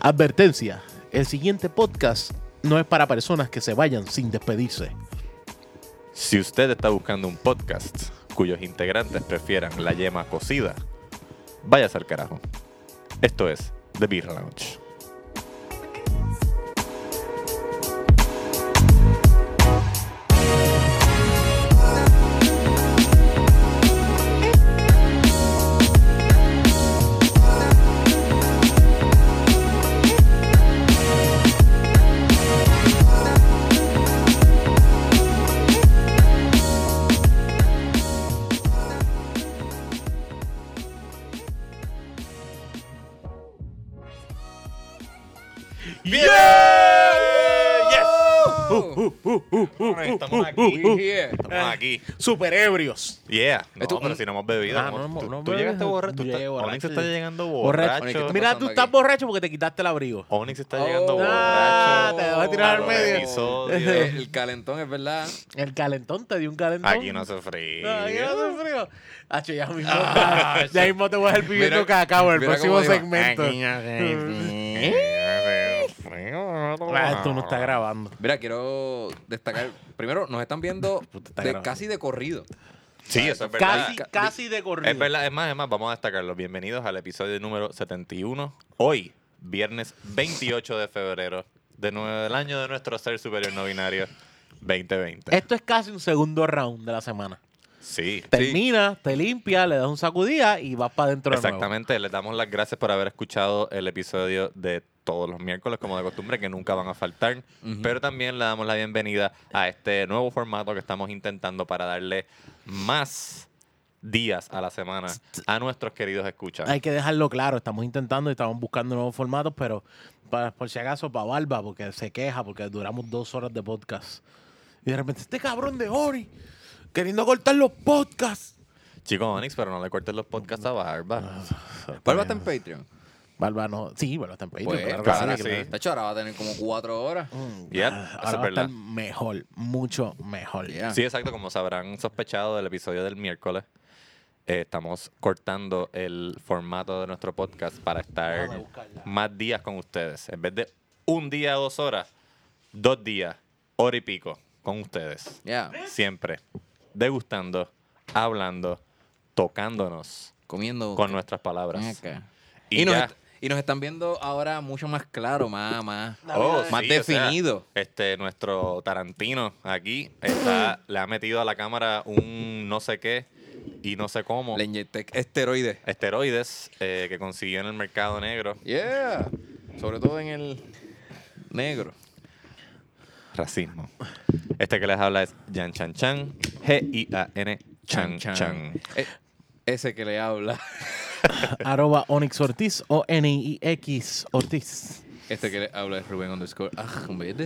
Advertencia, el siguiente podcast no es para personas que se vayan sin despedirse. Si usted está buscando un podcast cuyos integrantes prefieran la yema cocida, váyase al carajo. Esto es The Beer Lounge. ¡Bien! ¡Yes! Estamos aquí. Oh, We here. Estamos aquí. Super ebrios. Yeah. No, Esto- pero si no hemos bebido. Ah, no, no, tú, no, tú no, llegaste no, borracho. Tú llegué estás- Onyx borracho. está llegando Borracho. Onyx, borracho. ¿qué está Mira, pasando tú estás aquí? borracho porque te quitaste el abrigo. Onyx está Oh. llegando Ah, borracho. te vas a tirar al los medio. episodios. Eh, El calentón es verdad. El calentón te dio un calentón. Aquí no se No, aquí fríe. no hace frío. Hacho, ya mismo, ya mismo te voy a ir pidiendo Mira- cacao en el mira próximo cómo iba. segmento. Ah, esto no está grabando. Mira, quiero destacar. Primero, nos están viendo Puta, está de- grabando. casi de corrido. Sí, eso es verdad. Casi, Ca- casi de corrido. Es verdad, es más, es más, vamos a destacarlo. Bienvenidos al episodio número 71. Hoy, viernes 28 de febrero, de nuevo, del año de nuestro ser superior no binario 2020. Esto es casi un segundo round de la semana. sí. Termina, te limpia, le das un sacudía y vas para adentro de nuevo. Exactamente, les damos las gracias por haber escuchado el episodio de todos los miércoles, como de costumbre, que nunca van a faltar. Pero también le damos la bienvenida a este nuevo formato que estamos intentando para darle más días a la semana a nuestros queridos escuchas. Hay que dejarlo claro, estamos intentando y estamos buscando nuevos formatos, pero para, por si acaso para Barba, porque se queja, porque duramos dos horas de podcast. Y de repente, este cabrón de Ori, queriendo cortar los podcasts. Chicos, Onyx, pero no le corten los podcasts a Ah. Barba. Vuelva hasta en Patreon. Barba no, sí, Barba está en Patreon, Pues, claro que claro, sí, sí. claro. De hecho, ahora va a tener como cuatro horas. Yep, eso Ah, Ahora es va a estar verdad. mejor, mucho mejor. Yeah. Sí, exacto, como sabrán sospechado del episodio del miércoles. eh, estamos cortando el formato de nuestro podcast para estar Vamos a buscarla. más días con ustedes. En vez de un día, dos horas, dos días, hora y pico con ustedes. Ya. Siempre degustando, hablando, tocándonos Comiendo. con nuestras Ven palabras. acá. Y Y, nos ya. est- y nos están viendo ahora mucho más claro, más, más. La vida de- más o sea, definido. este, nuestro Tarantino aquí está, le ha metido a la cámara un no sé qué y no sé cómo. Le inyecté esteroides. esteroides eh, que consiguió en el mercado negro. Yeah. Sobre todo en el negro. Racismo. Este que les habla es Jan Chan Chan. G-I-A-N Chan Chan. Eh, ese que le habla. Arroba Onyx Ortiz o N-I-X Ortiz. Este que le habla es Rubén underscore. Ahmed.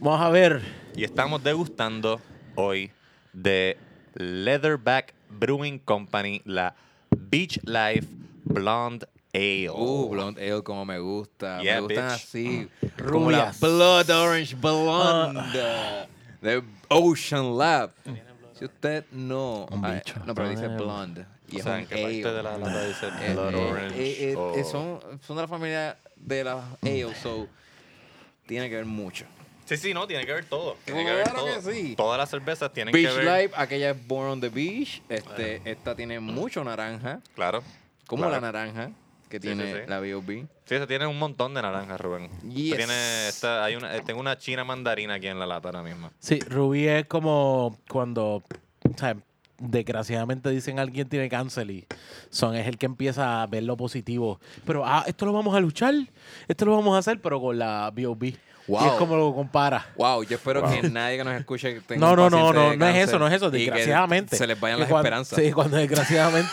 Vamos a ver. Y estamos degustando hoy de Leatherback Brewing Company la Beach Life Blonde Ale. Uh, blonde ale como me gusta. Yeah, me bitch. gustan Mm. así. Como la Rubias. blood orange blonde Ah. de Ocean Lab. Mm. Si usted no... Un ah, bicho. no, pero dice blonde. Y O es sea, un ¿en qué parte ale. de la lata dice Eh, Blood eh, Orange? Oh. eh, eh, o- son, son de la familia de las Mm. ale, so tiene que ver mucho. Sí, sí, no, tiene que ver todo. Tiene que ver Claro que todo. sí. Todas las cervezas tienen Beach que ver. Life, aquella es Born on the Beach. Este, Esta tiene mucho naranja, Claro. como claro. la naranja que Sí, sí, tiene sí. la B.O.B. Sí, se tiene un montón de naranjas, Rubén. Se Yes. Tiene esta, hay una, eh, tengo una china mandarina aquí en la lata ahora mismo. Sí, Rubí es como cuando, o sea, desgraciadamente dicen alguien tiene cáncer y Son es el que empieza a ver lo positivo. Pero, ah, esto lo vamos a luchar, esto lo vamos a hacer, pero con la B.O.B. Y es Wow. como lo compara. Wow, yo espero que nadie que nos escuche tenga No, un no, no, paciente no, de no es cáncer eso, no es eso, y que desgraciadamente. Se les vayan Que las cuan- esperanzas. Sí, cuando desgraciadamente.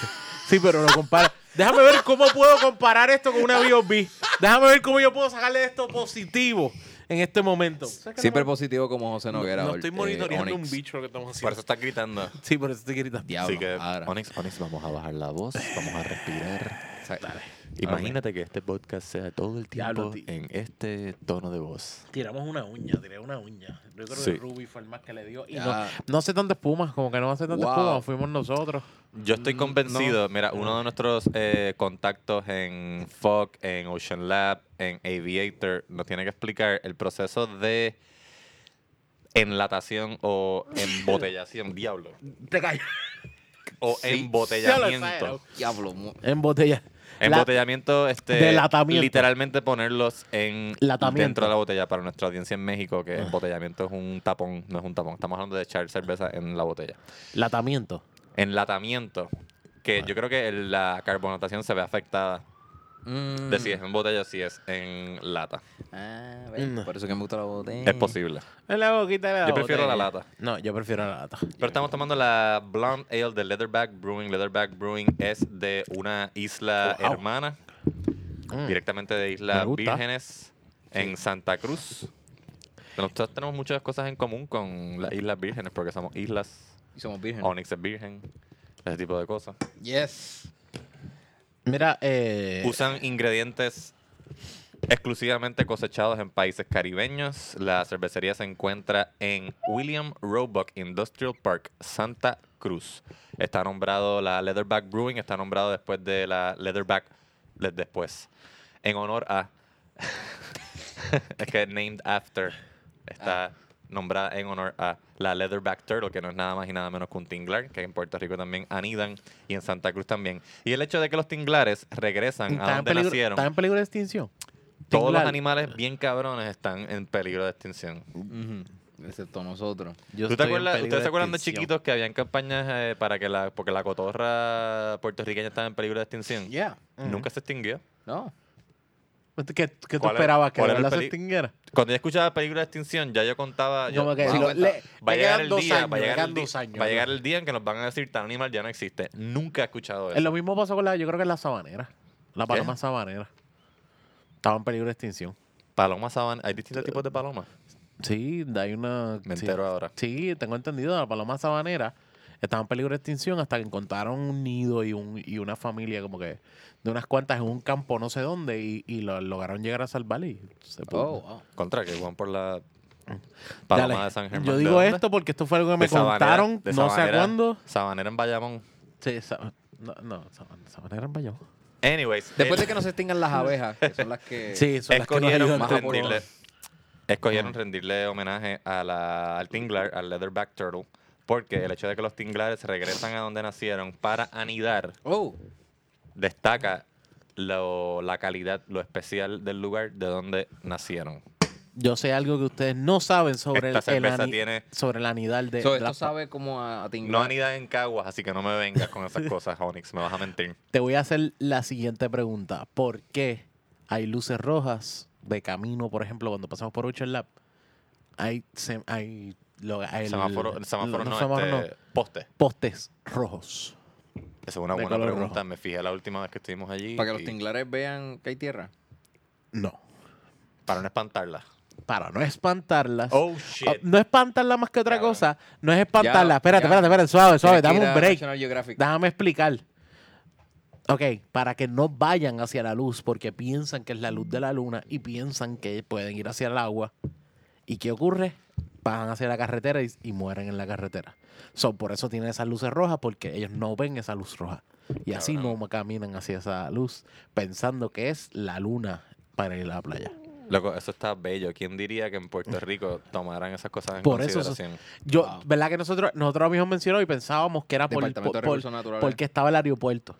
Sí, pero lo compara. Déjame ver cómo puedo comparar esto con una B.O.B. Déjame ver cómo yo puedo sacarle esto positivo en este momento. Siempre positivo como José Noguera. No estoy eh, monitoreando un Onyx. bicho que estamos Por haciendo. eso está gritando. Sí, por eso estoy gritando. Diablo, Así que, ahora. Onyx, Onyx, vamos a bajar la voz, vamos a respirar. O sea, Imagínate que este podcast sea todo el Diablo, tiempo ti- en este tono de voz. Tiramos una uña, tiré una uña. Yo creo Sí. que Ruby fue el más que le dio. Y no, Ya. no hace tantas pumas, como que no hace tantas Wow. pumas, fuimos nosotros. Yo estoy Mm, convencido. Mira, uno de nuestros eh, contactos en FOC, en Ocean Lab, en Aviator, nos tiene que explicar el proceso de enlatación o embotellación. Diablo. Te callas. O Sí. embotellamiento. Diablo. mo- En botella. La- Embotellamiento, este, Delatamiento. literalmente ponerlos en Latamiento. dentro de la botella para nuestra audiencia en México, que embotellamiento es un tapón, no es un tapón. Estamos hablando de echar cerveza en la botella. Latamiento. Enlatamiento, que yo creo que el- la carbonatación se ve afectada Mm. de si es en botella o si es en lata. Ah, ves, Mm. Por eso que me gusta la botella. Es posible. En la boquita de la Yo prefiero botella. la lata. No, yo prefiero la lata. Pero estamos tomando la Blonde Ale de Leatherback Brewing. Leatherback Brewing es de una isla Wow. hermana, Mm. directamente de Isla Me gusta. Vírgenes, en Santa Cruz. Nosotros tenemos muchas cosas en común con las Islas Vírgenes, porque somos islas, Y somos vírgenes. Onyx es virgen, ese tipo de cosas. Yes. Mira, eh, Usan ingredientes exclusivamente cosechados en países caribeños. La cervecería se encuentra en William Roebuck Industrial Park, Santa Cruz. Está nombrado la Leatherback Brewing, está nombrado después de la Leatherback le- después en honor a es que named after Ah. está nombrada en honor a la Leatherback Turtle, que no es nada más y nada menos que un tinglar, que en Puerto Rico también anidan y en Santa Cruz también. Y el hecho de que los tinglares regresan a está en, donde peligro, nacieron, está en peligro de extinción. todos los Tinglar. animales bien cabrones están en peligro de extinción. Mm. Ujú. Excepto nosotros. Yo ¿Tú te estoy en acuerdas, peligro ¿Ustedes se acuerdan de extinción. chiquitos que habían campañas eh, para que la, porque la cotorra puertorriqueña estaba en peligro de extinción? Yeah. Mm. Nunca se extinguió. No. ¿Qué, qué tú ¿Cuál era- esperabas? ¿Que cuál era la el se peli- Pues extinguiera? Cuando yo escuchaba peligro de extinción, ya yo contaba. Yo, Como que me si daba lo- cuenta, le- va a le llegar quedan el dos día, años, va a le llegar el quedan di- dos años, va a llegar ¿no? el día en que nos van a decir tan animal ya no existe. Nunca he escuchado Es eso. lo mismo pasó con la, yo creo que la sabanera. La ¿Qué? paloma sabanera. Estaba en peligro de extinción. Paloma sabana. Hay distintos tipos de palomas. Sí, hay una. Me Eh, sí. entero ahora. Sí, tengo entendido. La paloma sabanera estaba en peligro de extinción hasta que encontraron un nido y, un, y una familia, como que de unas cuantas en un campo, no sé dónde, y, y lo lograron llegar a salvar y se Oh, pudo. wow. Contra que van por la paloma Mm. Dale, de San Germán. Yo ¿De digo dónde? esto porque esto fue algo que De me Sabanera- contaron, de no sé Sabanera- cuándo. Sabanera en Bayamón. Sí, Sa- no, no, Saban- sabanera en Bayamón. Anyways. eh, Después el- de que nos extingan las abejas, que son las que. Sí, son las que nos escogieron ayudan. más a rendirle, por- escogieron rendirle homenaje a la, al tinglar, al leatherback turtle, porque el hecho de que los tinglares regresan a donde nacieron para anidar Oh. destaca lo- la calidad, lo especial del lugar de donde nacieron. Yo sé algo que ustedes no saben sobre Esta el, el cerveza ani- tiene- sobre el anidal de, So, de esto las- sabe como a, a tinglar. No anidan en caguas, así que no me vengas con esas cosas, Onyx, me vas a mentir. Te voy a hacer la siguiente pregunta. ¿Por qué hay luces rojas de camino, por ejemplo, cuando pasamos por Ocean Lab? Hay, sem- hay, lo- el- semáforo, el semáforo los no, semáforos este, poste. postes rojos. Esa es una De buena color pregunta. rojo. Me fijé la última vez que estuvimos allí. Para que los y- tinglares vean que hay tierra. No. Para no espantarla. Para no espantarlas. Oh, Ah, shit. no espantarla más que otra Cabrón. cosa. No es espantarla. Ya, espérate, ya. espérate, espérate. Suave, suave. Dame Tienes que ir un a break. National Geographic. Déjame explicar. Ok, para que no vayan hacia la luz porque piensan que es la luz de la luna y piensan que pueden ir hacia el agua. ¿Y qué ocurre? Van hacia la carretera y, y mueren en la carretera. So, por eso tienen esas luces rojas porque ellos no ven esa luz roja. Y así Cabrón. no caminan hacia esa luz pensando que es la luna para ir a la playa. Loco, eso está bello. ¿Quién diría que en Puerto Rico tomaran esas cosas en Por eso eso- consideración? Yo, Wow. ¿verdad que nosotros nosotros mismos mencionamos y pensábamos que era por, Departamento por- de Recursos Naturales. porque estaba el aeropuerto?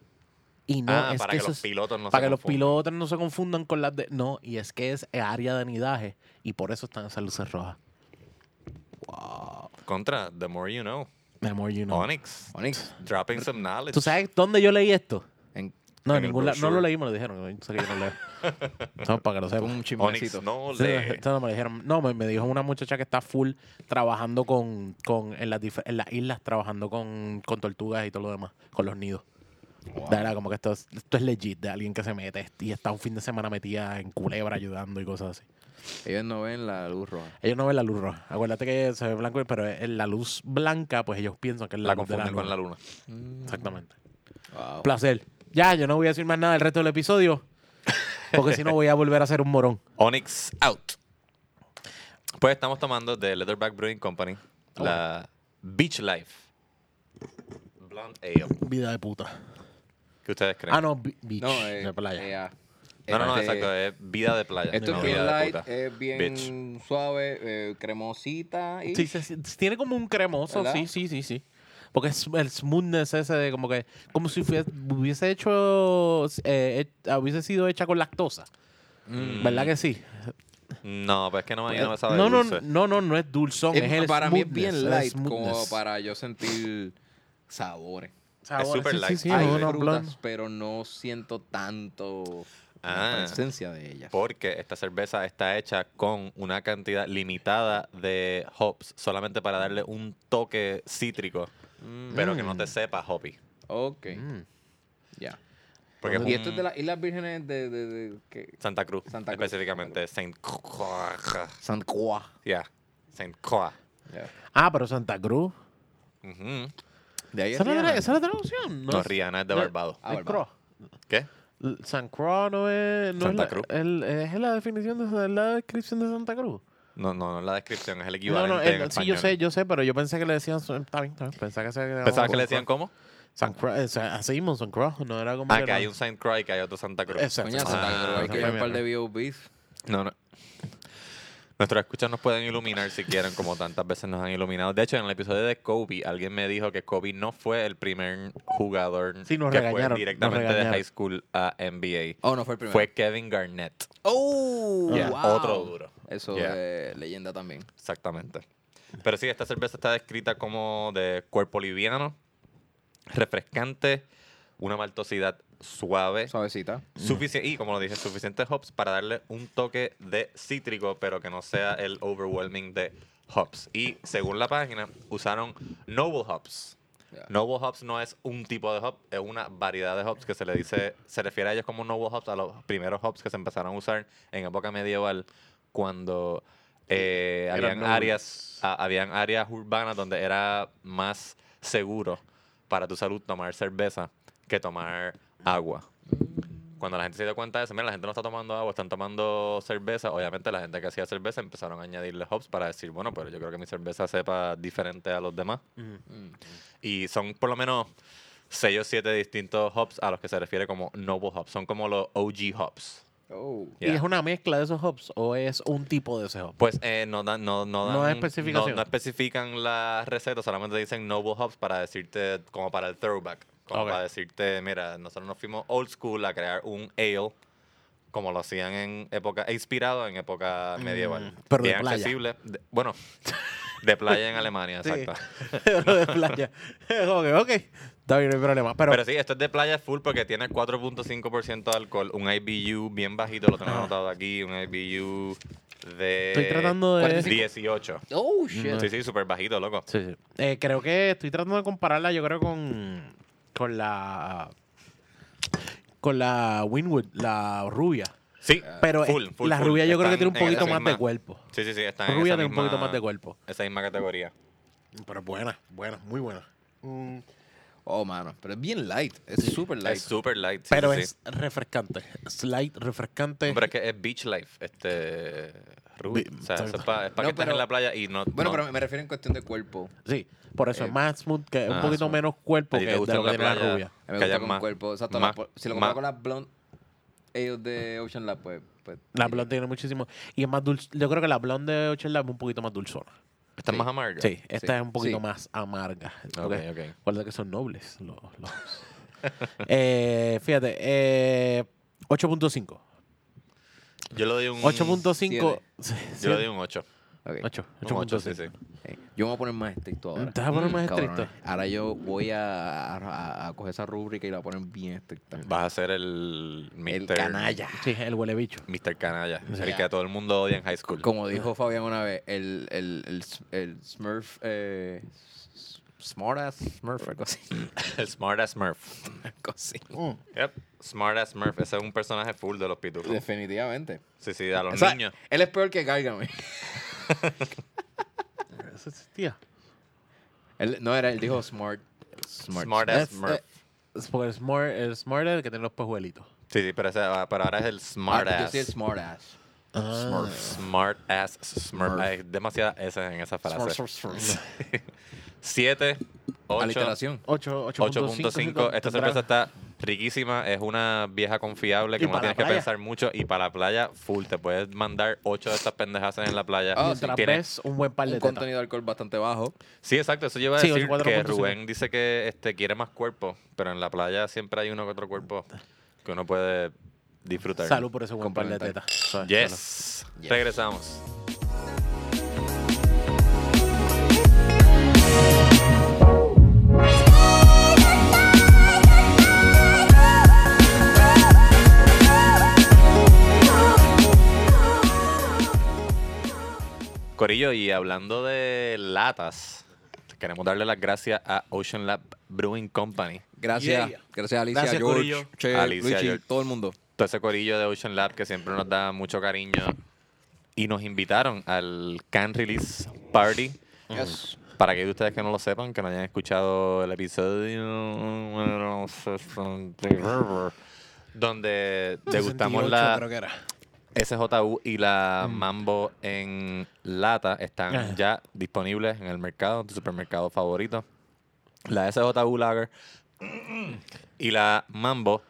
Y no, ah, es para que que, eso los es- pilotos no para se que los confundan. pilotos no se confundan con las de... No, y es que es área de anidaje y por eso están esas luces rojas. Contra, the more you know. The more you know. Onyx. Onyx. Dropping some knowledge. ¿Tú sabes dónde yo leí esto? En No, En en el ningún lado. No lo brochure. leí, me lo dijeron. No sé que yo no leo. No, para que lo sepan. un chismecito. Onyx no Sí, le... esto no me lo dijeron. No, me, me dijo una muchacha que está full trabajando con, con en, las dif- en las islas, trabajando con, con tortugas y todo lo demás, con los nidos. De verdad, como que esto es, esto es legit de alguien que se mete y está un fin de semana metida en culebra ayudando y cosas así. Ellos no ven la luz roja. Ellos no ven la luz roja. Acuérdate que se ve blanco, pero en la luz blanca, pues ellos piensan que es la, La luz de la confunden luna. con la luna. Exactamente. Wow. Placer. Ya, yo no voy a decir más nada del resto del episodio. Porque si no voy a volver a ser un morón. Onyx out. Pues estamos tomando de Leatherback Brewing Company Oh. la Beach Life Blonde Ale. Vida de puta. ¿Qué ustedes creen? Ah, no, bi- beach. No, eh, de playa. eh, ah, no, no, no, este, exacto. Es vida de playa. Esto no es bien vida de light, puta. es bien Bitch. suave, eh, cremosita y Sí, se- se- tiene como un cremoso, ¿Verdad? sí, sí, sí, sí. Porque es el smoothness ese de como que, como si fue- hubiese hecho, eh, eh, hubiese sido hecha con lactosa. Mm. ¿Verdad que sí? No, pues es que no, me- no me sabe No, no, dulce. no, no, no es dulzón. Es- es el para mí es smoothness, bien el light como smoothness. para yo sentir sabores. Sabor, Es super sí, light. Sí, sí, Ay, Hay no, no, frutas, blonde. pero no siento tanto Ah. la presencia de ellas. Porque esta cerveza está hecha con una cantidad limitada de hops, solamente para darle un toque cítrico, pero que no te sepa hoppy. Mm, Ok, Mm. ya. Porque Y es esto es de las Islas Vírgenes de, de, de- que- Santa Cruz, Santa Cruz. específicamente Saint Croix. San Croix. Yeah, Saint Croix. Ya. Ah, pero Santa Cruz. Ujú. De ahí ¿Esa es la, arriba. tra- esa es la traducción? No, Rihanna es de no- Barbados. Ah, es Barbados. Croix. ¿Qué? L- San Croix no es. No es, Santa la, Cruz. el- es la definición de la descripción de Santa Cruz. No, no, no es la descripción, es el No, equivalente no, en eh, sí, yo español. sé, yo sé, pero yo pensé que le decían. su- Está bien, está bien, Pensaba que, se llamaba ¿Pensabas que le San decían Croix. cómo? San Croix, eh, o sea, así mismo, San Croix, no era como. Ah, que no- hay un Saint Croix y que hay otro Santa Cruz. Exacto. Coño, Ah, Santa Cruz, hay esa que fue ver mi un par de error. B.O.B.s. No, no. Nuestros escuchas nos pueden iluminar si quieren, como tantas veces nos han iluminado. De hecho, en el episodio de Kobe, alguien me dijo que Kobe no fue el primer jugador Sí, nos que regañaron, fue nos directamente de regañaron. high school a NBA. Oh, no fue el primero. Fue Kevin Garnett. Oh, Yeah, wow. Otro duro. Eso Yeah. es leyenda también. Exactamente. Pero sí, esta cerveza está descrita como de cuerpo liviano, refrescante, una maltosidad suave. Suavecita. Sufici- y como lo dije, suficientes hops para darle un toque de cítrico, pero que no sea el overwhelming de hops. Y según la página, usaron noble hops. Yeah. Noble hops no es un tipo de hop, es una variedad de hops que se le dice, se refiere a ellos como noble hops, a los primeros hops que se empezaron a usar en época medieval, cuando eh, Eran habían, nobles. áreas, a- habían áreas urbanas donde era más seguro para tu salud tomar cerveza que tomar agua Mm. cuando la gente se dio cuenta de eso, mira, la gente no está tomando agua, están tomando cerveza. Obviamente, la gente que hacía cerveza empezaron a añadirle hops para decir, bueno, pero yo creo que mi cerveza sepa diferente a los demás. Mm. Mm. Y son por lo menos 6 o 7 distintos hops a los que se refiere como noble hops. Son como los OG hops. Oh. ¿Y es una mezcla de esos hops o es un tipo de ese hop? Pues eh, no, dan, no, no, No dan- hay especificación. no- no especifican las recetas, solamente dicen Noble Hops para decirte, como para el throwback. Como Ok. para decirte, mira, nosotros nos fuimos old school a crear un ale, como lo hacían en época, inspirado en época medieval. Mm, pero de Bien playa. accesible. De- bueno, de playa en Alemania, Sí. exacto. Lo de playa. ok, ok. Está bien, no hay problema. Pero, Pero sí, esto es de playa full porque tiene 4.5% de alcohol, un IBU bien bajito, lo tengo Ah. anotado aquí, un IBU de Estoy tratando de- 18. Oh, shit. Sí, sí, súper bajito, loco. Sí, sí. Eh, creo que estoy tratando de compararla, yo creo, con, con la. Con la Winwood, la rubia. Sí, Pero eh, full, full, la full. rubia yo creo que Están tiene un en esa poquito más misma- de cuerpo. Sí, sí, sí, está en Rubia esa tiene un misma, poquito más de cuerpo. Esa misma categoría. Pero buena, buena, muy buena. Mm, Oh, mano. Pero es bien light. Es súper light. Es super light. sí, Pero sí, es sí. refrescante. Es light, refrescante. Pero es que es beach life, este... Ruby. Bi- O sea, eso es para No, que estés pero- en la playa y no... bueno, no- pero me- me refiero en cuestión de cuerpo. Sí, por eso Eh, es más smooth, que ah, un poquito smooth. menos cuerpo ¿A ti que te de lo gusta que en la tiene la playa? rubia. A mí Que me haya gusta con más- cuerpo. Exacto. más- la- si lo comparo más- con las blonde ellos de Ocean Lab, pues... pues La blonde tiene muchísimo. Y es más dulce. Yo creo que la blonde de Ochelda es un poquito más dulzona. Está Sí. más amarga. Sí, esta Sí, es un poquito sí. más amarga. Ok, porque ok. Recuerda que son nobles los. los- Eh, fíjate, eh, 8.5. Yo le doy un... 8.5. sí, sí, Mm, Yo le doy un 8. ok. ocho, Un 8, sí, 8.5. sí. Eh, Yo me voy a poner más estricto ahora. Mm, Te vas a poner más cabrones. estricto. Ahora yo voy a, a- a coger esa rúbrica y la voy a poner bien estricta. Vas a ser el... El Mr. canalla. Sí, el huele bicho. Mr. Canalla. El sea, que a todo el mundo odia en high school. Como dijo Fabián una vez, el, el, el, s- el Smurf... Eh, s- Smartass Smurf, algo así. El smart ass Murph. Algo así. Yep. Smart ass Murph. Ese es un personaje full de los pitufos. Definitivamente. Sí, sí, a los O sea, niños. él es peor que Gárgame. Eso existía. Mm, Él- no, era, él dijo smart. Smart, Smart ass Eh, Murph. Es Porque el smart, el smart es el que tiene los pejuelitos. Sí, sí, pero, ese, ah, pero ahora es el smart Ah, yo ass. soy el smart ass. Ah. Smart ass smurf. Smurf. Hay demasiada S en esa frase. Smurf, smurf, smurf. 7, 8, Aliteración. 8, 8.5. Esta cerveza está riquísima. Es una vieja confiable que Y no para tienes la que playa. pensar mucho. Y para la playa, full. Te puedes mandar 8 de estas pendejas en la playa. Ah, sí. Mientras Tiene- ves un buen par de Un tetas. contenido de alcohol bastante bajo. Sí, exacto. Eso lleva a Sí, decir que 84.5. Rubén dice que este, quiere más cuerpo. Pero en la playa siempre hay uno que otro cuerpo que uno puede disfrutar. Salud por ese buen par de Complementar. tetas. Salud. Yes. Yes. Regresamos. Corillo, y hablando de latas, queremos darle las gracias a Ocean Lab Brewing Company. Gracias. Yeah. Gracias, Alicia, Gracias, George, Corillo. Che, Alicia, Luigi, George. todo el mundo. todo ese corillo de Ocean Lab que siempre nos da mucho cariño. Y nos invitaron al Can Release Party. Yes. Para aquellos de ustedes que no lo sepan, que no hayan escuchado el episodio. Donde degustamos 68 la creo que era. SJU y Mm. la Mambo en lata Ah. están ya disponibles en el mercado, en tu supermercado favorito. La SJU Lager y la Mambo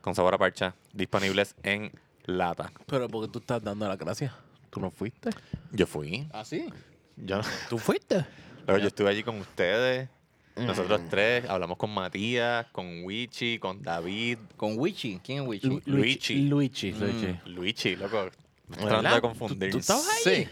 con sabor a parcha disponibles en lata. Pero porque tú estás dando las gracias. Tú no fuiste. Yo fui. ¿Ah, sí? Yo, no- Tú fuiste. Pero yo estuve allí con ustedes. Mm. Nosotros tres hablamos con Matías, con Wichi, con David, Con Wichi. ¿Quién es Wichi? Luigi. Luigi. Luigi. Luigi, loco. Tratando ¿Verdad? de ¿Tú- confundir. tú estabas ahí? Sí.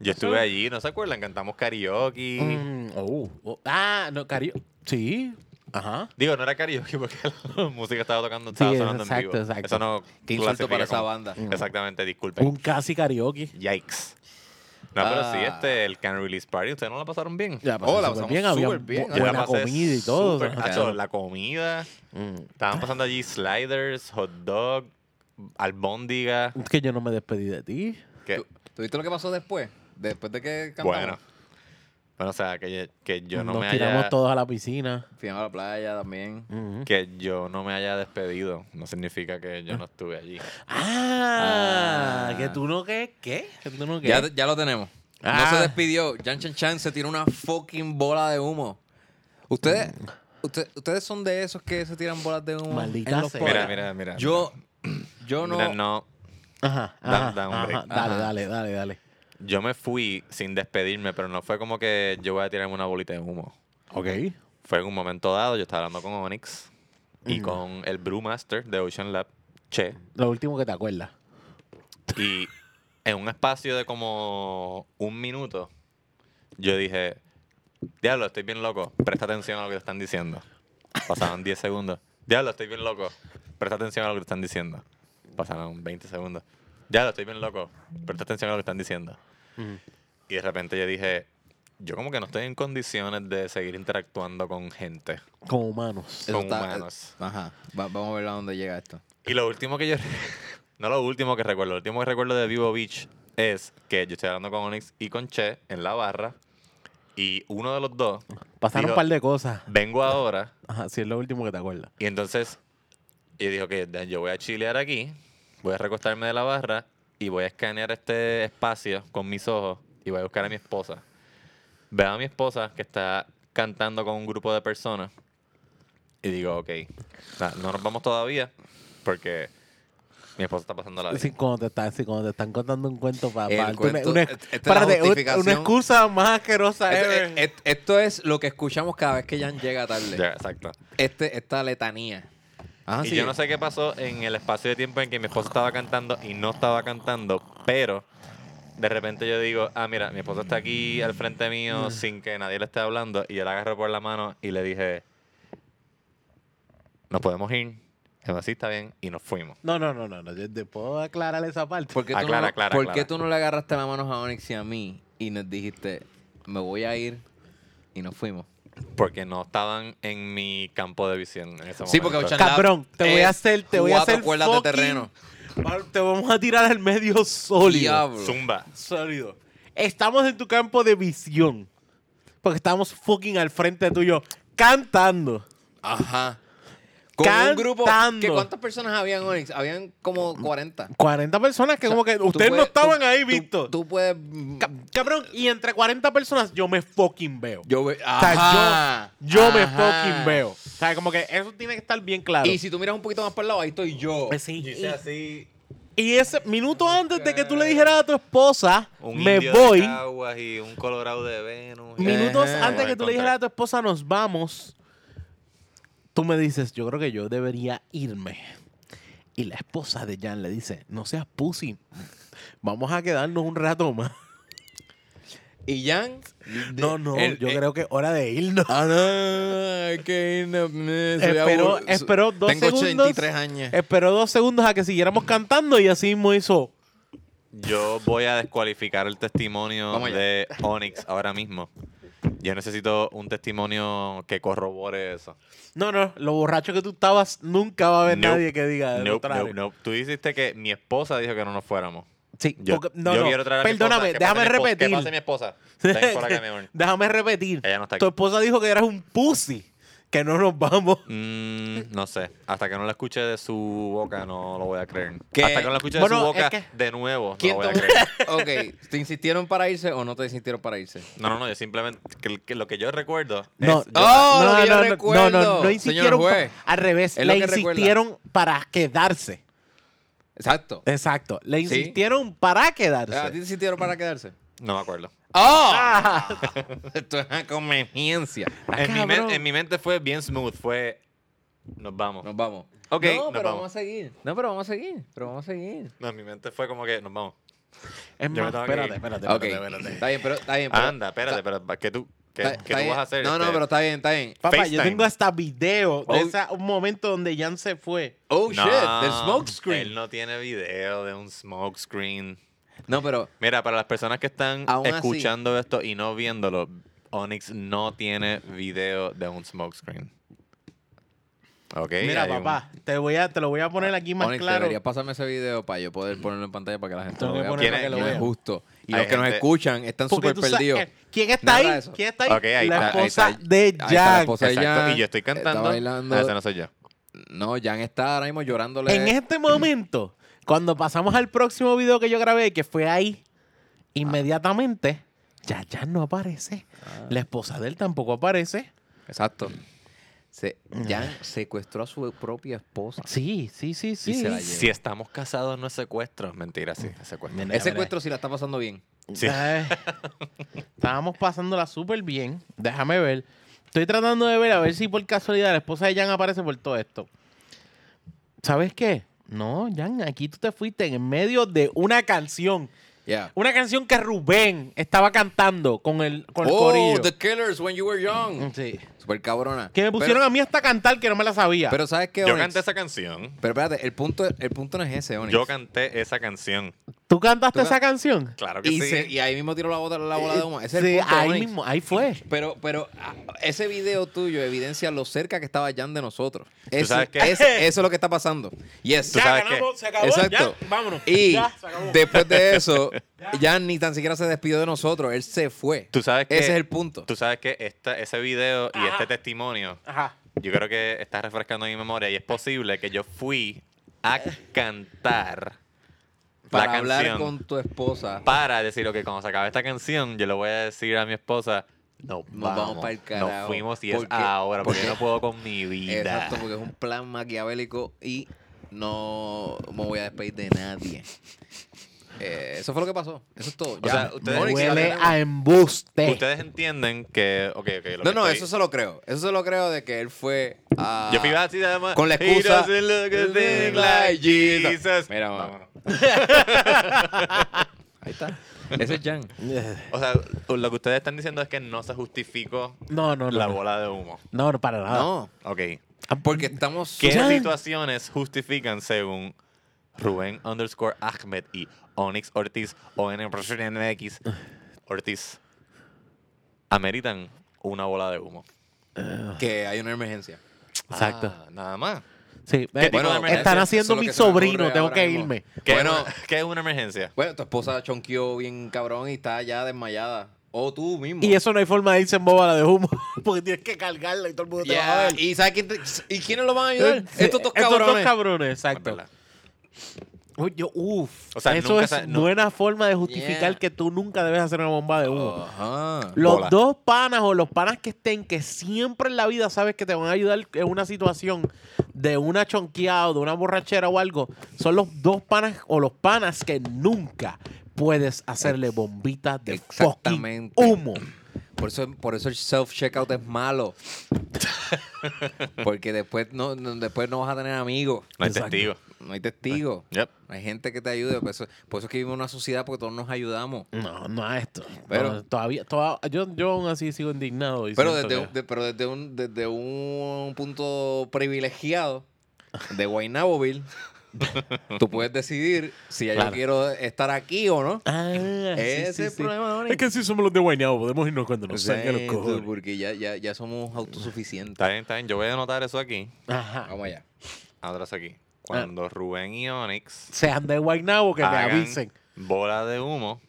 Yo estuve allí, ¿no se acuerdan? Cantamos karaoke. Mm, oh, oh, Ah, no, Cario. Sí. Ajá. Digo, no era karaoke porque la música estaba tocando, estaba Sí, sonando en exacto, vivo. exacto. Mm. Uh. Eso no Qué insulto clasifica para esa como- banda. Exactamente, disculpen. Un casi karaoke. Yikes. No, pero sí, Ah. este, el Can Release Party, ¿ustedes no la pasaron bien? Ya Oh, la súper pasamos había súper bien. bu- Yo la buena pasé comida y todo. súper- o sea, Mm. Hacho, la comida. Estaban pasando allí sliders, hot dog, albóndiga. Es que yo no me despedí de ti. Que, ¿Tú, tú viste lo que pasó después? Después de que cantamos. bueno. Bueno, o sea, que, que yo no Nos me tiramos haya... todos a la piscina. Mm. Fuimos a la playa también. Ujú. Que yo no me haya despedido. No significa que yo no estuve allí. Ah, Ah. que tú no qué, qué, que tú no qué. Ya, ya lo tenemos. Ah. No se despidió. Jan Chan Chan se tiró una fucking bola de humo. Ustedes, Mm. usted- ustedes son de esos que se tiran bolas de humo. Maldita en los sea. Mira, podcasts? mira, mira. Yo, yo no. Mira, no. Ajá, Da- ajá, da un ajá. break. Dale, Ajá. dale, dale, dale. Yo me fui sin despedirme, pero no fue como que yo voy a tirarme una bolita de humo. Ok. Fue en un momento dado, yo estaba hablando con Onyx y con el Brewmaster de Ocean Lab, Che, Lo último que te acuerdas. y en un espacio de como un minuto, yo dije, diablo, estoy bien loco, presta atención a lo que te están diciendo. Pasaron 10 segundos. Diablo, estoy bien loco, presta atención a lo que te están diciendo. Pasaron 20 segundos. Diablo, estoy bien loco, presta atención a lo que están diciendo. Y de repente yo dije, yo como que no estoy en condiciones de seguir interactuando con gente. Con humanos. Son eh, humanos. Ajá. Va- vamos a ver a dónde llega esto. Y lo último que yo. No lo último que recuerdo, lo último que recuerdo de Vivo Beach es que yo estoy hablando con Onyx y con Che en la barra. Y uno de los dos. Pasaron dijo, un par de cosas. Vengo ahora. Ajá, sí, es lo último que te acuerdas. Y entonces. Y dijo que yo voy a chilear aquí. Voy a recostarme de la barra. Y voy a escanear este espacio con mis ojos. Y voy a buscar a mi esposa. Veo a mi esposa que está cantando con un grupo de personas. Y digo, ok. na- No nos vamos todavía. Porque. Mi esposa está pasando la vida. Sí, cuando te están, sí, cuando te están contando un cuento para El cuento- una, este- esta es la espérate, un- justificación. una excusa más asquerosa Esto, ever. e- e- esto es lo que escuchamos cada vez que Jan llega tarde. Ya, exacto. Este, esta letanía. Ah, Ajá, Ah, y yo no sé qué pasó en el espacio de tiempo en que mi esposa estaba cantando y no estaba cantando, pero de repente yo digo, ah, mira, mi esposa está aquí al frente Mm. mío sin que nadie le esté hablando y yo la agarro por la mano y le dije, nos podemos ir. Y me dijo, "Sí, está bien. Y nos fuimos. No, no, no, no, no. Yo te puedo aclarar esa parte. ¿Por qué, tú, Aclara, no, aclara, ¿por aclara. qué tú no le agarraste la mano a Onyx y a mí y nos dijiste, me voy a ir y nos fuimos? Porque no estaban en mi campo de visión en ese Sí, momento. porque Ocean Cabrón, Lab te voy a es hacer, te voy a cuatro hacer cuerdas de fucking- terreno. Pa- Te vamos a tirar al medio sólido. Diablo. Zumba. Sólido. Estamos en tu campo de visión. Porque estamos fucking al frente tuyo cantando. Ajá. Con un grupo. Cantando. ¿que ¿Cuántas personas habían, Onyx? Habían como 40. 40 personas que como que Tú ustedes no puedes- estaban tú- ahí, tú- Víctor. Tú puedes. mm, Ca- Cabrón, y entre 40 personas yo me fucking veo. Yo ve- O sea, Ajá, yo, yo me ajá. fucking veo. O sea, como que eso tiene que estar bien claro. Y si tú miras un poquito más para el lado, ahí estoy yo. Pues sí. hice así. Y ese minuto antes de que tú le dijeras a tu esposa, Un me indio voy. De Caguas y un colorado de Venus. Minutos Ajá. antes que tú le dijeras a tu esposa, nos vamos. Tú me dices, yo creo que yo debería irme. Y la esposa de Jan le dice, no seas pussy. Vamos a quedarnos un rato más. Y Jan. No, no, el- eh, yo el- creo que hora de irnos. Ah, no, es que no, me- mm, soy Esperó, aburrido. esperó dos Tengo segundos. Eh, 83 años. Esperó dos segundos a que siguiéramos cantando y así mismo hizo. Yo voy a descualificar el testimonio Vamos allá. de Onyx ahora mismo. Yo necesito un testimonio que corrobore eso. No, no, lo borracho que tú estabas, nunca va a haber Nope. nadie que diga. lo Nope, contrario. nope, nope. Tú dijiste que mi esposa dijo que no nos fuéramos. Sí, Yo, porque- no, yo no. quiero traer a mi esposa. Perdóname, Que déjame pase mi esposa- repetir. Que pase mi esposa. Ven por acá, mi amor. Déjame repetir. Ella no está aquí. Tu esposa dijo que eras un pussy, que no nos vamos. Mm, no sé. Hasta que no la escuche de su boca, no lo voy a creer. ¿Qué? Hasta que no la escuche Bueno, de su es boca que- de nuevo, no lo ¿Quién voy a tomó- creer. Ok, ¿te insistieron para irse o no te insistieron para irse? No, no, no. Yo simplemente. que- que lo que yo recuerdo. No, es- no, ¡Oh, lo no, que yo no, no, recuerdo, no, no señor insistieron. pa- juez! al revés, Es lo le que recuerda. insistieron para quedarse. Exacto. Exacto, le Sí. insistieron para Ah, ¿A ti te quedarse. insistieron para quedarse? no me acuerdo. ¡Oh! Ah, Esto es una conveniencia. Ah, En mi, men- cabrón. en mi mente fue bien smooth. Fue. Nos vamos. Nos vamos. Ok, no, nos pero vamos. vamos. a seguir. No, pero vamos a seguir. Pero vamos a seguir. No, en mi mente fue como que nos vamos. es Yo me más, tengo que espérate, ir. espérate, Ok. espérate, espérate. Está bien, pero está bien. pero- Anda, espérate, pero ¿qué tú, qué, está- qué está tú bien. vas a hacer? No, no, Este, pero está bien, está bien. Papá, yo FaceTime. tengo hasta video de Oh. esa- un momento donde Jan se fue. Oh no, shit, del smoke Él screen. no tiene video de un smoke screen. No, pero Mira, para las personas que están Aún así. escuchando esto y no viéndolo, Onyx no tiene video de un smoke screen. Ok. Mira, hay un- papá, te, voy a, te lo voy a poner aquí más Onyx, claro. debería pasarme ese video para yo poder ponerlo en pantalla para que la gente Tengo lo que vea. ponerlo para que lo no es vea. justo. Y Hay los que nos gente- escuchan están Porque súper tú sabes- perdidos. eh, ¿Quién está Nada ahí? de eso. ¿Quién está ahí? Ok, ahí la está, ahí esposa está. Ahí de está la Jack. esposa. Exacto, Jan y yo estoy Pues está cantando. bailando. Ah, ese no soy yo. No, Jan está ahora mismo llorándole. En este momento, cuando pasamos al próximo video que yo grabé, que fue ahí, inmediatamente, ya ya no aparece. La esposa de él tampoco aparece. Exacto. Se, Jan secuestró a su propia esposa. Sí, sí, sí, sí. se la Si estamos casados, no es secuestro. Mentira, sí, es secuestro. Mira. Ese secuestro sí la está pasando bien. Sí. Ay, Eh, Estábamos pasándola súper bien. Déjame ver. Estoy tratando de ver a ver si por casualidad la esposa de Jan aparece por todo esto. ¿Sabes qué? No, Jan, aquí tú te fuiste en medio de una canción. Yeah. Una canción que Rubén estaba cantando con el, con el Oh, corillo. Mm, The Killers When You Were Young. Sí. Super cabrona. Que me pusieron a mí hasta cantar que no me la sabía. Pero, pero ¿sabes qué, Yo Onyx? canté esa canción. Pero espérate, el punto, el punto no es ese, Onyx. Yo canté esa canción. ¿Tú cantaste ¿Tú can- esa canción? Claro que y, sí. se- y ahí mismo tiró la, bota- la bola de humo. Ese Sí, es el punto, ahí Onyx. mismo, ahí fue. Pero, pero ah, ese video tuyo evidencia lo cerca que estaba Jan de nosotros. Eso, sabes qué? es- eso es lo que está pasando. Yes. Tú Ya, sabes ganamos, se acabó, Exacto. ya, vámonos. Y después de eso, Jan ni tan siquiera se despidió de nosotros. Él se fue. Tú sabes que- Ese es el punto. Tú sabes que esta, ese video y Ajá. este testimonio, Ajá. yo creo que está refrescando mi memoria y es posible que yo fui a cantar Para la hablar canción con tu esposa. para decir, que cuando se acabe esta canción, yo le voy a decir a mi esposa, no, Nos vamos pa'l carajo". Nos fuimos y es Porque- ahora, porque yo porque- no puedo con mi vida. Exacto, porque es un plan maquiavélico y no me voy a despedir de nadie. Eh, eso fue lo que pasó. Eso es todo. O sea, ustedes- Onyx, Huele hablemos. a embuste. Ustedes entienden que, ok, ok. lo No, que no, estoy- eso se lo creo. Eso se lo creo de que él fue a... Yo fui así además. Con la "He excusa- doesn't look a thing like Jesus". Mira, Vámonos. Ahí está. Ese es Jan. O sea, lo que ustedes están diciendo es que no se justificó No, no, no. la no. bola de humo. No, no, para nada. No, Ok. porque estamos... ¿Qué Jan. situaciones justifican según Rubén underscore Ahmed y Onyx Ortiz o NX Ortiz? Ameritan una bola de humo. Que hay una emergencia. Exacto. Ah, nada más. Sí, eh, tipo de emergencia? están Eso haciendo es lo mi que se me ocurre sobrino, tengo ahora que mismo. irme. ¿Qué, Bueno. es una- qué es una emergencia? Bueno, tu esposa chonqueó bien cabrón y está ya desmayada. O tú mismo. Y eso no hay forma de irse en boba la de humo. porque tienes que cargarla y todo el mundo te va a Yeah, ver. ¿Y, sabes quién te- ¿Y quiénes lo van a ayudar? Sí, Estos dos cabrones. cabrones, exacto. ¿Verdad? Uy, yo, uf. O sea, eso nunca es sa- nu- buena forma de justificar Yeah. que tú nunca debes hacer una bomba de humo. Ajá. Los Bola. dos panas o los panas que estén, que siempre en la vida sabes que te van a ayudar en una situación de una chonqueada o de una borrachera o algo, son los dos panas o los panas que nunca puedes hacerle bombitas de fucking Exactamente. humo. Por eso, por eso el self-checkout es malo. Porque después no, no- después no vas a tener amigos. No hay Exacto. testigo. No hay testigos. Yep. No hay gente que te ayude. Por eso, por eso es que vivimos en una sociedad porque todos nos ayudamos. No, no a esto. Pero- No, todavía, toda- yo, yo aún así sigo indignado. y Pero siento desde, un- que- de- pero desde un, desde un punto privilegiado de Guaynaboville, tú puedes decidir si ya Claro. yo quiero estar aquí o no. Ah, sí, Ese es sí, el sí. problema, Donnie. Es que si somos los de Guaynabo, podemos irnos cuando nos salga los Exacto, cojones. Pues Porque ya, ya, ya somos autosuficientes. Está bien, está bien. Yo voy a anotar eso aquí. Ajá. Vamos allá. Atrás aquí. Cuando Rubén y Onyx Sean de Guaynabo, que me hagan avisen. bola de humo,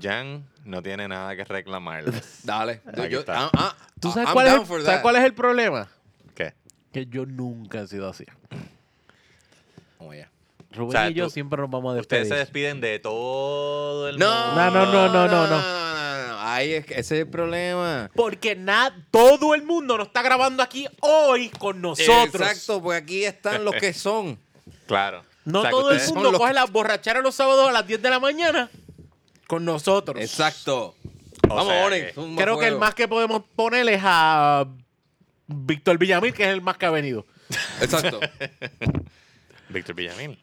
Jan no tiene nada que reclamarles. Dale. Yo- Aquí yo- está. ah, ah, ¿Tú ah, sabes I'm cuál, es down el, for sabes that. cuál es el problema? ¿Qué? Que yo nunca he sido así. Vamos allá. Rubén O sea, y yo tú- siempre nos vamos a Ustedes despedir. se despiden de todo el No, mundo. no, no, no, no, no. no. Ahí es que ese es el problema. Porque nada, todo el mundo nos está grabando aquí hoy con nosotros. Exacto, porque aquí están los que son. Claro. No O sea, que todo el ustedes- son mundo los- coge las borracheras los sábados a las 10 de la mañana con nosotros. Exacto. O Vamos, sea Onyx. que- zumba Creo que el fuego. más que podemos poner es a Víctor Villamil, que es el más que ha venido. Exacto. Víctor Villamil.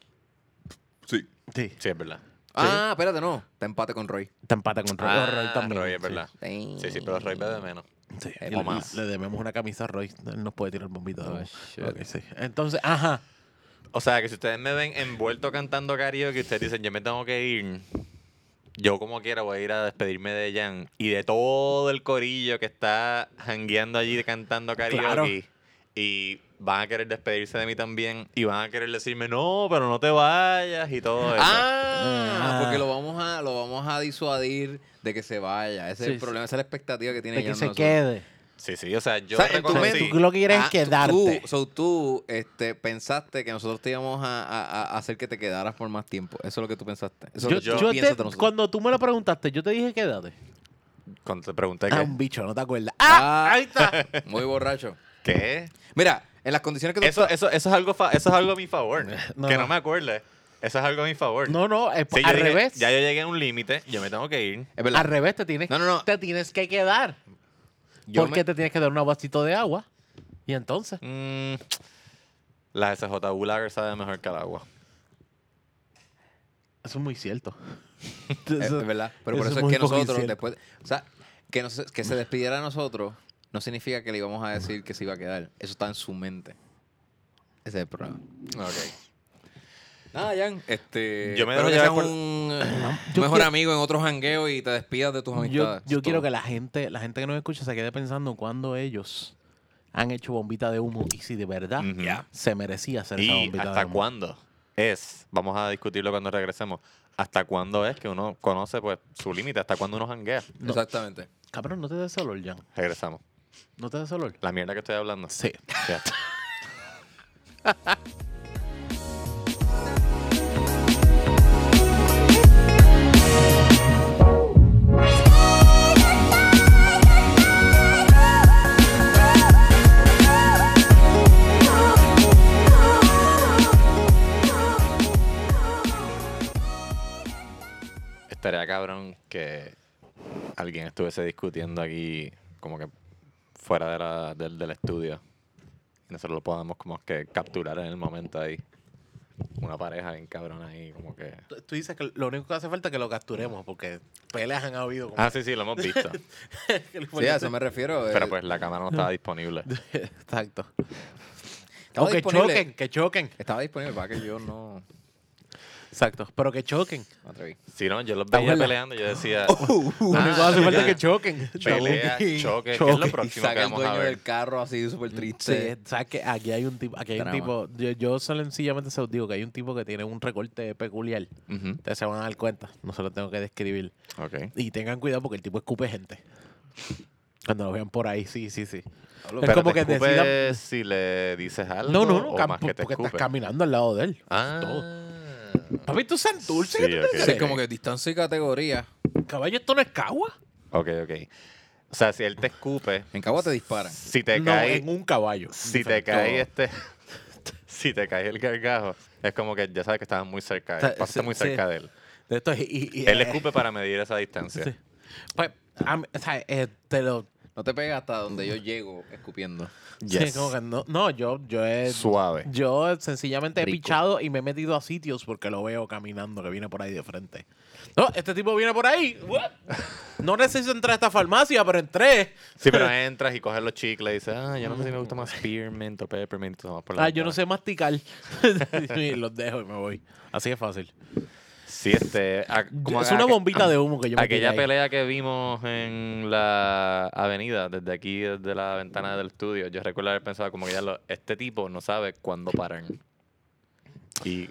sí. Sí. Sí, es verdad. Ah, espérate, no. Está empate con Roy. Te empata contra Ah, Roy también. Roy, es sí. verdad. Sí. Sí, sí, pero Roy bebe menos. Sí, O y le- más. Le debemos una camisa a Roy. Él nos puede tirar el bombito. de Oh, humo. shit. Ok, sí. Entonces, ajá. O sea, que si ustedes me ven envuelto cantando karaoke y ustedes dicen, yo me tengo que ir, yo como quiera voy a ir a despedirme de Jan y de todo el corillo que está jangueando allí cantando karaoke. Claro. Y van a querer despedirse de mí también y van a querer decirme, no, pero no te vayas y todo eso. Ah, Ah. porque lo vamos a lo vamos a disuadir de que se vaya. Ese Sí, es el problema, esa es la expectativa que tiene De que Jan se nosotros. quede. Sí, sí, o sea, yo O sea, en tu O sea, reconocí... mente- tú lo que quieres Ah, es quedarte. Tú, tú- so, tú, este, pensaste que nosotros te íbamos a, a- a hacer que te quedaras por más tiempo. Eso es lo que tú pensaste. Eso Yo- es lo que yo tú te- piensas de nosotros. cuando tú me lo preguntaste, yo te dije quédate. Cuando te pregunté Ah, qué... un bicho, no te acuerdas. ¡Ah! Ah. Ahí está. Muy borracho. ¿Qué? Mira, en las condiciones que tú Eso, eso, eso, es algo fa- eso es algo a mi favor. No. Que no me acuerde. Eso es algo a mi favor. No, no, es Sí, yo al dije, revés. Ya yo llegué a un límite, yo me tengo que ir. Es al verdad. revés te tienes, No, no, no. Te tienes que quedar. Yo porque me- te tienes que dar un vasito de agua. Y entonces. Mm, la SJU Lager sabe mejor que el agua. Eso es muy cierto. Es, Eso- es Eh, verdad. Pero por eso eso, es es muy que poco nosotros incierto. después. O sea, que, nos- que se despidiera de nosotros no significa que le íbamos a decir que se iba a quedar. Eso está en su mente. Ese es el problema. Ok. Nada, Jan. Este, Yo me dejo espero que llevar seas por- un eh, Yo mejor quiero- amigo en otro jangueo y te despidas de tus Yo, amistades. yo Eso es quiero todo. que la gente, la gente que nos escucha se quede pensando cuando ellos han hecho bombita de humo y si de verdad Mm. Ujú. Ya. se merecía hacer Ah, esa ¿Y bombita de hasta humo. cuándo es? Vamos a discutirlo cuando regresemos. ¿Hasta cuándo es que uno conoce pues su límite? ¿Hasta cuándo uno janguea? Exactamente. Cabrón, no te des olor, Jan. Regresamos. No te des olor. La mierda que estoy hablando. Sí. Ya. Estaría cabrón que alguien estuviese discutiendo aquí como que fuera de la- del, del estudio. Y nosotros lo podamos como que capturar en el momento ahí. Una pareja bien cabrón ahí como que... Tú- Tú dices que lo único que hace falta es que lo capturemos porque peleas han habido. como- Ah, sí, sí, lo hemos visto. que le Sí, ponen- a eso me refiero. eh, Pero pues la cámara no estaba disponible. Exacto. estaba o que disponible- choquen, que choquen. Estaba disponible para que yo no Exacto. Pero que choquen. me atreví. Si no, yo los Está veía buena. peleando y yo decía... Lo único que hace falta es ya. que choquen. Pelea, Choquen. choque. ¿Qué es Choque. lo Y próximo que saca el vamos a dueño del ver? carro así súper Sí, triste. sabes que aquí hay un tipo, aquí hay un Drama. tipo, yo, yo sencillamente se los digo que hay un tipo que tiene un recorte peculiar. Ujú, Ustedes se van a dar cuenta, no se lo tengo que describir. Ok. Y tengan cuidado porque el tipo escupe gente. Cuando lo vean por ahí, sí, sí, sí. Hablo, Es Pero como te que escupe decida- si le dices algo. No, no, no, o cam- más que porque te estás escupe. caminando al lado de él. Ah. Todo. Papi, tú san dulce Sí, que tú te ok. crees? Sí, es como que distancia y categoría. Caballo, esto no es cagua. Ok, ok. O sea, si él te escupe, En Cagua te disparan. si te No, cae, en un caballo. si te Diferente. cae este, si te cae el gargajo, es como que ya sabes que estabas muy cerca, de él, Está- pasaste sí, muy sí. cerca de él. De esto es- y- y- Él eh, escupe para medir esa distancia. sí. Pues, a mí- o sea, eh, te lo... No te pegas hasta donde yo llego escupiendo. sí, Yes. como que no, no, yo, yo he... Suave. Yo sencillamente he Rico. pichado y me he metido a sitios porque lo veo caminando, que viene por ahí de frente. No, este tipo viene por ahí. What? No necesito entrar a esta farmacia, pero entré. Sí, pero entras y coges los chicles y dices, ah, yo no sé si me gusta más spearmint o peppermint. o más por la Ah, yo no cara". sé masticar. Y los dejo y me voy. Así es fácil. Sí, este. a- como es a- una a- bombita de humo que yo me tiré Aquella ahí. pelea que vimos en la avenida, desde aquí, desde la ventana del estudio, yo recuerdo haber pensado como que ya lo- este tipo no sabe cuándo paran. Y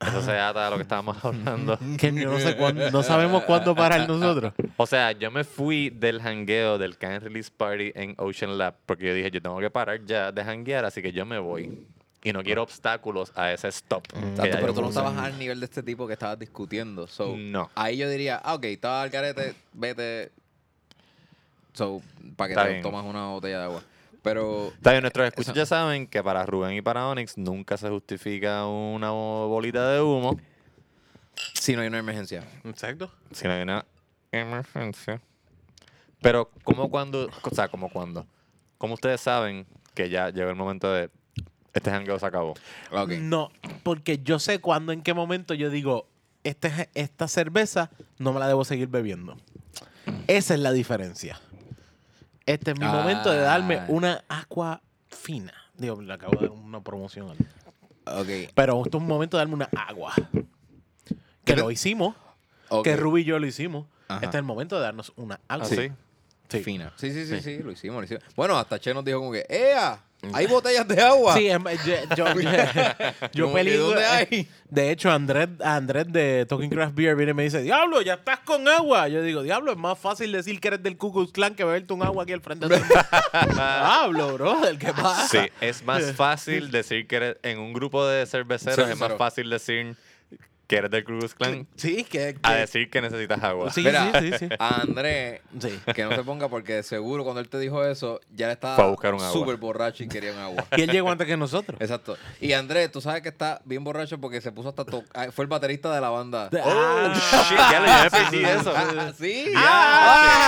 eso se ata a lo que estábamos hablando. Que no, sé cuándo- no sabemos cuándo parar nosotros. O sea, yo me fui del hangueo del Can Release Party en Ocean Lab porque yo dije, yo tengo que parar ya de hanguear, así que yo me voy. Y no quiero obstáculos a ese stop. que ya Mm. Exacto, yo pero tú no puse. estabas al nivel de este tipo que estabas discutiendo. So, No. Ahí yo diría, ah, ok, estaba al carete, vete. So, para que Está te bien. tomas una botella de agua. Pero Está bien, nuestros escuchas ya saben que para Rubén y para Onyx nunca se justifica una bo- bolita de humo. si no hay una emergencia. Exacto. Si no hay una emergencia. Pero, ¿cómo cuando? O sea, ¿cómo cuando? Como ustedes saben que ya llegó el momento de. Este jangueo se acabó. Ok. No, porque yo sé cuándo, en qué momento yo digo, este- esta cerveza no me la debo seguir bebiendo. Esa es la diferencia. Este es mi momento de darme Ah. una agua fina. Digo, le acabo de dar una promoción. al- Ok. Pero este es un momento de darme una agua. Que Pero- lo hicimos, ok. que Ruby y yo lo hicimos. Ajá. Este es el momento de darnos una agua. ¿Así? Ah, Sí. Fina. Sí, sí, sí, sí, lo hicimos, lo hicimos. Bueno, hasta Che nos dijo como que, ¡Ea! ¡Hay botellas de agua! Sí, em- yo, yo, yo, yo Como que, peligro- ¿dónde hay? De hecho, Andrés, Andrés de Talking Craft Beer viene y me dice, Diablo, ya estás con agua. Yo digo, Diablo, es más fácil decir que eres del Ku Klux Klan que beberte un agua aquí al frente de todo el mundo". Diablo, bro, ¿el qué pasa? Sí, es más fácil decir que eres. En un grupo de cerveceros es más Cervecero. fácil decir que eres del Ku Klux Clan Sí, que... que- a decir que necesitas agua. sí, Mira. sí, sí, sí. A Andrés, Sí. que no se ponga porque de seguro cuando él te dijo eso, ya le Fue a estaba buscar un agua. súper borracho y quería un agua. Y él llegó antes que nosotros. Exacto. Y Andrés, tú sabes que está bien borracho porque se puso hasta... to- ah, Fue el baterista de la banda. Oh, shit, ya lo ya me perdí eso. Ah, ¿Sí?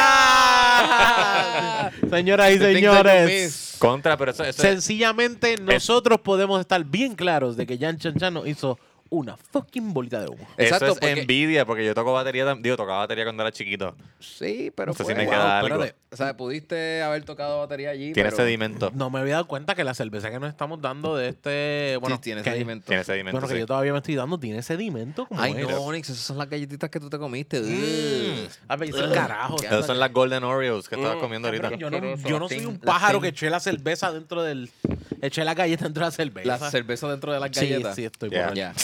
Ah. Señoras y The things Este that you señores, miss. Contra, pero eso, eso es- sencillamente nosotros podemos estar bien claros de que Jan Chanchano hizo una fucking bolita de humo. Exacto, Eso es porque- envidia, porque yo toco batería, tam- digo, tocaba batería cuando era chiquito. Sí, pero Eso fue- tiene que dar algo. espérate. O sea, pudiste haber tocado batería allí, Tiene pero... sedimento. No me había dado cuenta que la cerveza que nos estamos dando de este. Bueno, sí, tiene que, sedimento. Tiene sedimento, Bueno, que sí. yo todavía me estoy dando, tiene sedimento. como Ay, es? no, Onyx, esas son las galletitas que tú te comiste. Ugh. A ver, Ah, ese carajo. Qué cabrón. Esas son las Golden Oreos que estabas comiendo Cabrón, ahorita. Yo no, asqueroso, yo no las soy ten- un las pájaro ten- que eché la cerveza dentro del. Eché la galleta dentro de la cerveza. La cerveza dentro de las Sí, galletas. sí, estoy Ya. borracho. Ya.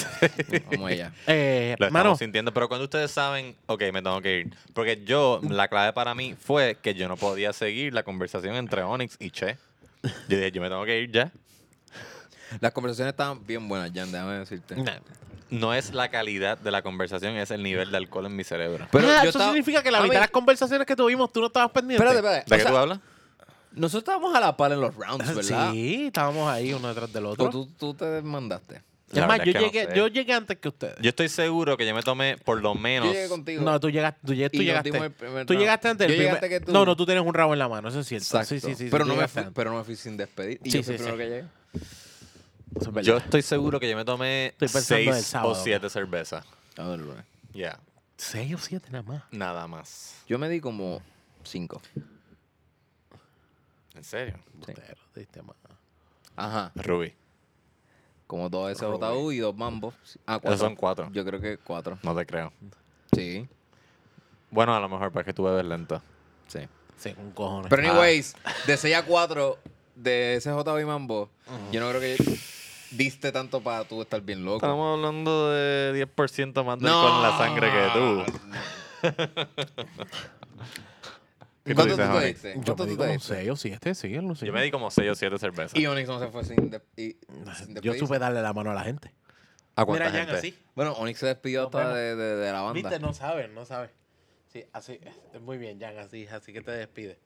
Vamos allá. Eh, Lo mano, estamos sintiendo, pero cuando ustedes saben, ok, me tengo que ir. Porque yo, la clave para mí fue que yo no podía seguir la conversación entre Onyx y Che. Yo dije, yo me tengo que ir ya. Las conversaciones estaban bien buenas, Jan, déjame decirte. nah. No es la calidad de la conversación, es el nivel de alcohol en mi cerebro. Pero Ah, yo eso estaba- significa que la a mitad mí- de las conversaciones que tuvimos tú no estabas pendiente. Espérate, espérate. ¿De O qué sea, tú hablas? Nosotros estábamos a la par en los rounds, ¿verdad? Ah, Sí, estábamos ahí uno detrás del O otro. tú, tú te desmandaste. Es La más, verdad yo, es que no llegué, sé. yo llegué antes que ustedes. Yo estoy seguro que yo me tomé por lo menos. Yo llegué contigo. No, tú llegaste, tú, lleg- tú Y nos llegaste. dimos el primer Tú round. llegaste antes del Yo llegué primer- antes que tú. No, no, tú tienes un rabo en la mano, eso es cierto. Exacto. Sí, sí, sí. pero, tú no me llegaste fui, antes. pero no me fui sin despedir. Y Sí, yo fui sí, el primero sí. que llegué. Eso es verdad. Yo estoy seguro que yo me tomé Estoy pensando en el seis o sábado. siete cervezas. A ver, Rubén. Ya, Seis o siete nada más. nada más. Yo me di como cinco. ¿En serio? Putero, diste más. Ajá. Ruby. Como dos SJU y dos mambos. Ah, cuatro. Esos son cuatro. Yo creo que cuatro. No te creo. Sí, Bueno, a lo mejor para que tú bebes lento. sí. Sí, con cojones. Pero anyways, Ah. de 6 a 4 de SJ y Mambo, yo no creo que diste tanto para tú estar bien loco. Estamos hablando de 10% más de No. alcohol en la sangre que tú. ¿Qué tú ¿Cuánto dices, tú te Onyx? Yo diste? ¿Cuánto me tú di te como diste? 6 o 7, sí, en los Yo cinco. me di como 6 o 7 cervezas. Y Onyx no se fue sin, de- y- sin Yo despedirse. supe darle la mano a la gente. ¿A cuánta Jan, gente? Bueno, Onyx se despidió Nos hasta vemos. de, de- de la banda. Viste, no saben, no saben. Sí, así, es muy bien, Jan, así, así que te despide.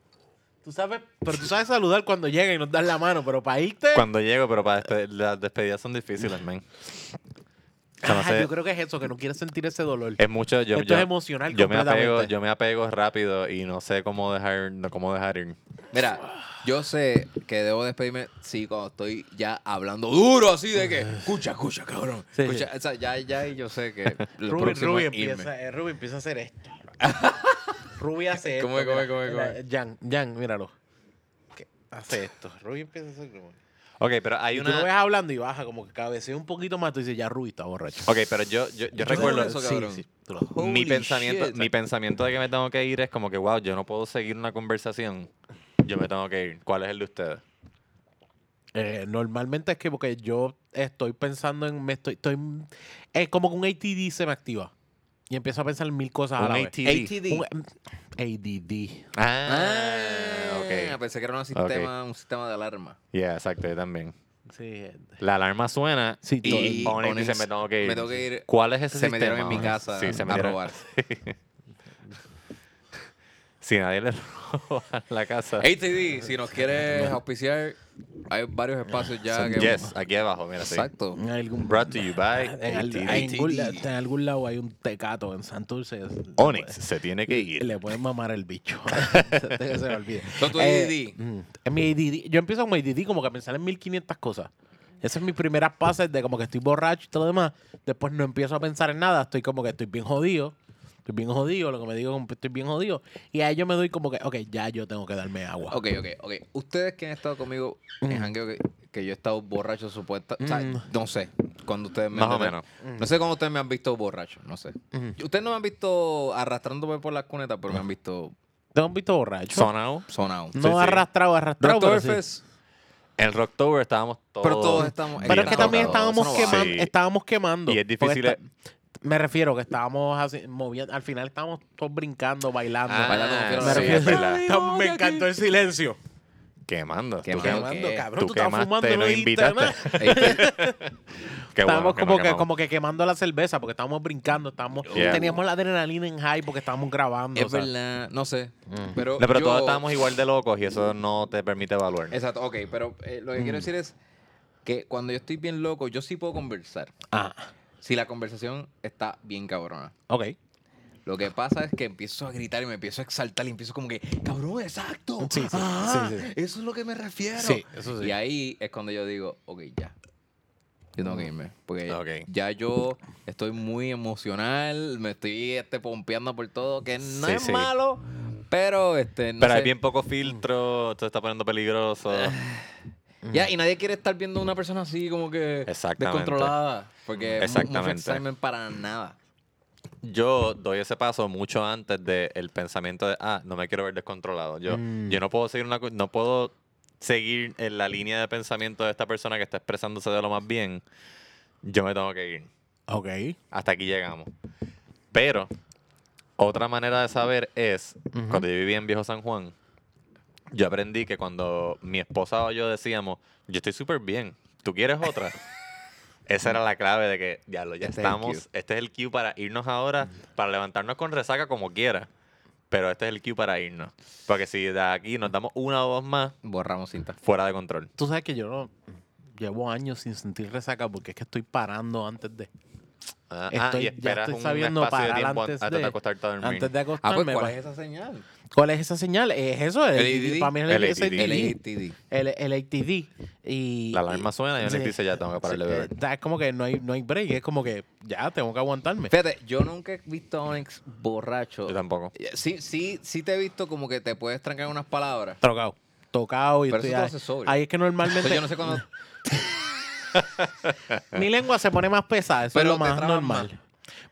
Tú sabes, pero tú sabes saludar cuando llega y nos das la mano, pero para irte. Cuando llego, pero para despe- las despedidas son difíciles, man. O sea, no Ah, sé, yo creo que es eso, que no quieres sentir ese dolor. Es mucho. Yo, Esto yo- es emocional Yo me apego, completamente. yo me apego rápido y no sé cómo dejar, no, cómo dejar ir. Mira, yo sé que debo despedirme sí, cuando estoy ya hablando duro así de que escucha, escucha, cabrón. Sí, escucha, o sea, ya, ya y yo sé que lo Ruby, próximo Ruby es irme. empieza, eh, Ruby empieza a hacer esto. Ruby hace esto. ¿Cómo es, cómo es, mira, cómo es, cómo es? mira, Jan, Jan, míralo. ¿Qué? Hace esto. Ruby empieza a hacer como. Ok, pero hay Y tú lo ves una. hablando y baja, como que cabecea un poquito más, tú dices, ya Ruby está borracho. Ok, pero yo, yo, yo Yo recuerdo. tengo eso, Sí, cabrón. sí, tú lo- Holy mi pensamiento, shit. mi pensamiento de que me tengo que ir es como que, wow, yo no puedo seguir una conversación. Yo me tengo que ir. ¿Cuál es el de ustedes? Eh, normalmente es que porque yo estoy pensando en. Me estoy, estoy, es como que un ATD se me activa. Y empiezo a pensar mil cosas a Un la vez. ATD. ATD. Un- mm, ADD. Ah, ok. pensé que era un sistema, un sistema de alarma. Yeah, exacto, yo también. Sí. La alarma suena Sí, y, todo- Onyx dice, Onyx, me tengo que ir. me tengo que ir. ¿Cuál es ese Se sistema? metieron en mi Onyx? casa Sí, se a metieron. robar. Si nadie le roba la casa. ATD, si nos quieres auspiciar, hay varios espacios ya que... Yes, aquí abajo, mira. sí. Exacto. En algún, Brought to you by en, al- en ATD. algún, la- ATD. en algún lado hay un tecato en Santurce. Onyx se tiene que ir. Le pueden mamar pues. el bicho. se, se me olvide. So, tu Eh, ADD. mm, en mi ADD. Yo empiezo con mi ADD como que a pensar en 1500 cosas. Esa es mi primera fase de como que estoy borracho y todo lo demás. Después no empiezo a pensar en nada. Estoy como que estoy bien jodido. Estoy bien jodido. Lo que me digo es como que estoy bien jodido. Y ahí yo me doy como que, ok, ya yo tengo que darme agua. Ok, ok, ok. Ustedes que han estado conmigo en jangueo que, que yo he estado borracho supuesta, o sea, Mm. no sé, cuando ustedes me Más o han- menos. No sé cómo ustedes me han visto borracho, no sé. Ustedes no me han visto arrastrándome por las cunetas, pero me han visto ¿Te han visto borracho? Sonado. sonado. no Sí, sí. arrastrado, arrastrado. Mm. pero sí. Rocktoberfest, En Rocktober estábamos todos. pero todos estamos Pero es que Está también tocado, estábamos eso no va. quemando, Sí. estábamos quemando. Y es Porque difícil- e- está- me refiero que estábamos así, moviendo, al final estábamos todos brincando, bailando. Ah, bailando con me sí, refiero- es verdad. Está- me encantó el silencio. Quemando. tú Quemando. quem- Quemando, que- cabrón, tú tú, estabas quemaste, fumando, no no dijiste invitaste. nada. Qué bueno estábamos que no como, que, quemamos. como que quemando la cerveza porque estábamos brincando, estábamos, Yeah. teníamos la adrenalina en high porque estábamos grabando. o es sea. verdad, no sé. Pero, No, pero yo- todos estábamos igual de locos y eso no te permite evaluar. Exacto, ok, pero eh, lo que quiero decir es que cuando yo estoy bien loco, yo sí puedo conversar. Ah, Si la conversación está bien cabrona. ok. Lo que pasa es que empiezo a gritar y me empiezo a exaltar y empiezo como que, cabrón, exacto. Sí, sí, Ah, sí, sí. Eso es lo que me refiero. Sí, eso sí. Y ahí es cuando yo digo, ok, ya. Yo tengo que irme. Porque Ok. ya yo estoy muy emocional, me estoy este, pompeando por todo, que no Sí, es sí. malo, pero este, no pero hay sé. bien poco filtro, esto se está poniendo peligroso. mm. Ya, y nadie quiere estar viendo a una persona así como que Exactamente. descontrolada. Porque no Exactamente. excitement para nada. Yo doy ese paso mucho antes del pensamiento de, ah, no me quiero ver descontrolado. Yo, yo no puedo seguir una, cu- no puedo seguir en la línea de pensamiento de esta persona que está expresándose de lo más bien. Yo me tengo que ir. Ok. Hasta aquí llegamos. Pero, otra manera de saber es, cuando yo vivía en Viejo San Juan, yo aprendí que cuando mi esposa o yo decíamos, yo estoy súper bien, ¿tú quieres otra? Esa era la clave de que, diablo, ya Este es el estamos, cue. este es el cue para irnos ahora, para levantarnos con resaca como quiera. Pero este es el cue para irnos. Porque si de aquí nos damos una o dos más, Borramos cinta. fuera de control. Tú sabes que yo no llevo años sin sentir resaca porque es que estoy parando antes de. Ah, ah, Estoy, y ya esperas estoy un sabiendo espacio de parar tiempo antes antes de, de- acostarte a dormir. Antes de Ah, pues, acostarme. ¿cuál pues, es esa señal? ¿Cuál es esa señal? Es eso, el, LATD. Para mí es el, es el LATD. ATD. LATD. El, el ATD. Y, La alarma suena y yo Onyx dice, "Ya tengo que pararle de beber". Es como que no hay, no hay break, es como que ya tengo que aguantarme. Fíjate, yo nunca he visto a Onyx borracho. Yo tampoco. Eh, Sí, sí, sí te he visto como que te puedes trancar unas palabras. Tocado. Tocado y Pero eso estoy tú lo ahí. haces sobrio. Ahí es que normalmente Entonces, yo no sé cuándo. mi lengua se pone más pesada, eso Pero es lo te más trabas normal.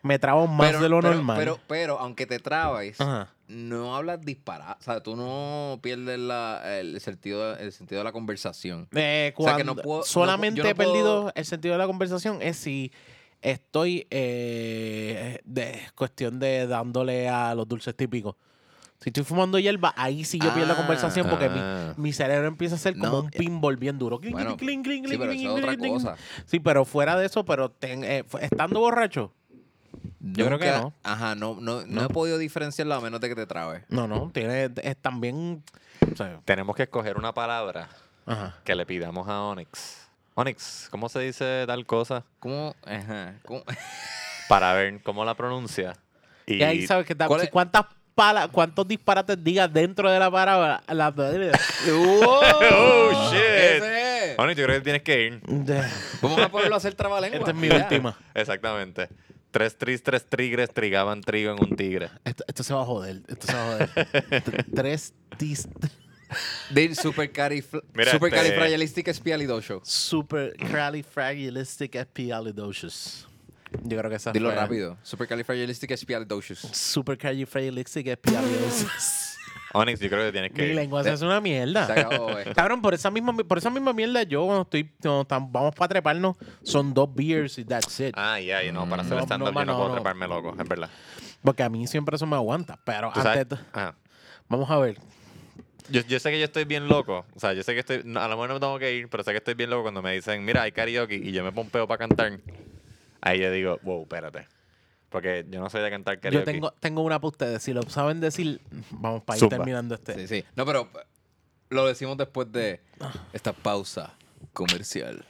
Me trabo más pero, de lo pero- normal. Pero, pero aunque te trabas, Ajá. no hablas disparado. O sea, tú no pierdes la- el, sentido, el sentido de la conversación. Eh, O sea, que cuando- no puedo- no pu- solamente yo no he perdido puedo- el sentido de la conversación es si estoy eh, de cuestión de dándole a los dulces típicos. Si estoy fumando hierba, ahí sí yo pierdo Ah. conversación porque mi, Ah. mi cerebro empieza a hacer como No, eh, un pinball bien duro. Cling, Bueno, cling, cling, sí, cling, pero cling, eso es otra cling, cling. cosa. Sí, pero fuera de eso, pero ten- eh, fu- estando borracho, Yo creo que Nunca- no. Ajá, no, no, no he podido diferenciarlo a menos de que te trabes. no, no, tiene, es también... o sea, Tenemos que escoger una palabra ajá. que le pidamos a Onyx. Onyx, ¿cómo se dice tal cosa? ¿Cómo? Ajá. ¿Cómo? Para ver cómo la pronuncia. Y ahí sabes que ta- ¿Cuál si es? cuántas pala- cuántos disparates digas dentro de la palabra. La, Oh, shit. Ese es. Onyx, yo creo que tienes que ir. Vamos a ponerlo a hacer trabalengua. esta Este es mi Ya. última. Exactamente. Tres tris, tres tigres trigaban trigo en un tigre. Esto, esto se va a joder. Esto se va a joder. T- Tres tis, Del super, carifla, Mira, super este- califragilistic espialidoso. super fragilistic espialidocious. Yo creo que esa Dilo fue- rápido. Super califragilistic espialidosus. Super fragilistic espialidocious. Onyx, yo creo que tienes mi que ir. lengua se hace una mierda. Se acabó eh. esto. Cabrón, por esa misma, por esa misma mierda yo cuando estoy, cuando tam- vamos para treparnos, son dos beers y that's it. Ah, ya, y no, para hacer No, no, stand-up yo no mano, puedo no. treparme loco, es verdad. Porque a mí siempre eso me aguanta. Pero ¿Tú sabes? antes, de- Ajá. vamos a ver. Yo, yo sé que yo estoy bien loco. O sea, yo sé que estoy. no, a lo mejor no me tengo que ir, pero sé que estoy bien loco cuando me dicen, mira, hay karaoke y yo me pompeo para cantar. Ahí yo digo, wow, espérate. Porque yo no soy de cantar karaoke. Yo tengo, tengo una para ustedes. Si lo saben decir, vamos para ir Zumba. terminando este. Sí, sí. No, pero eh, lo decimos después de Ah. esta pausa comercial.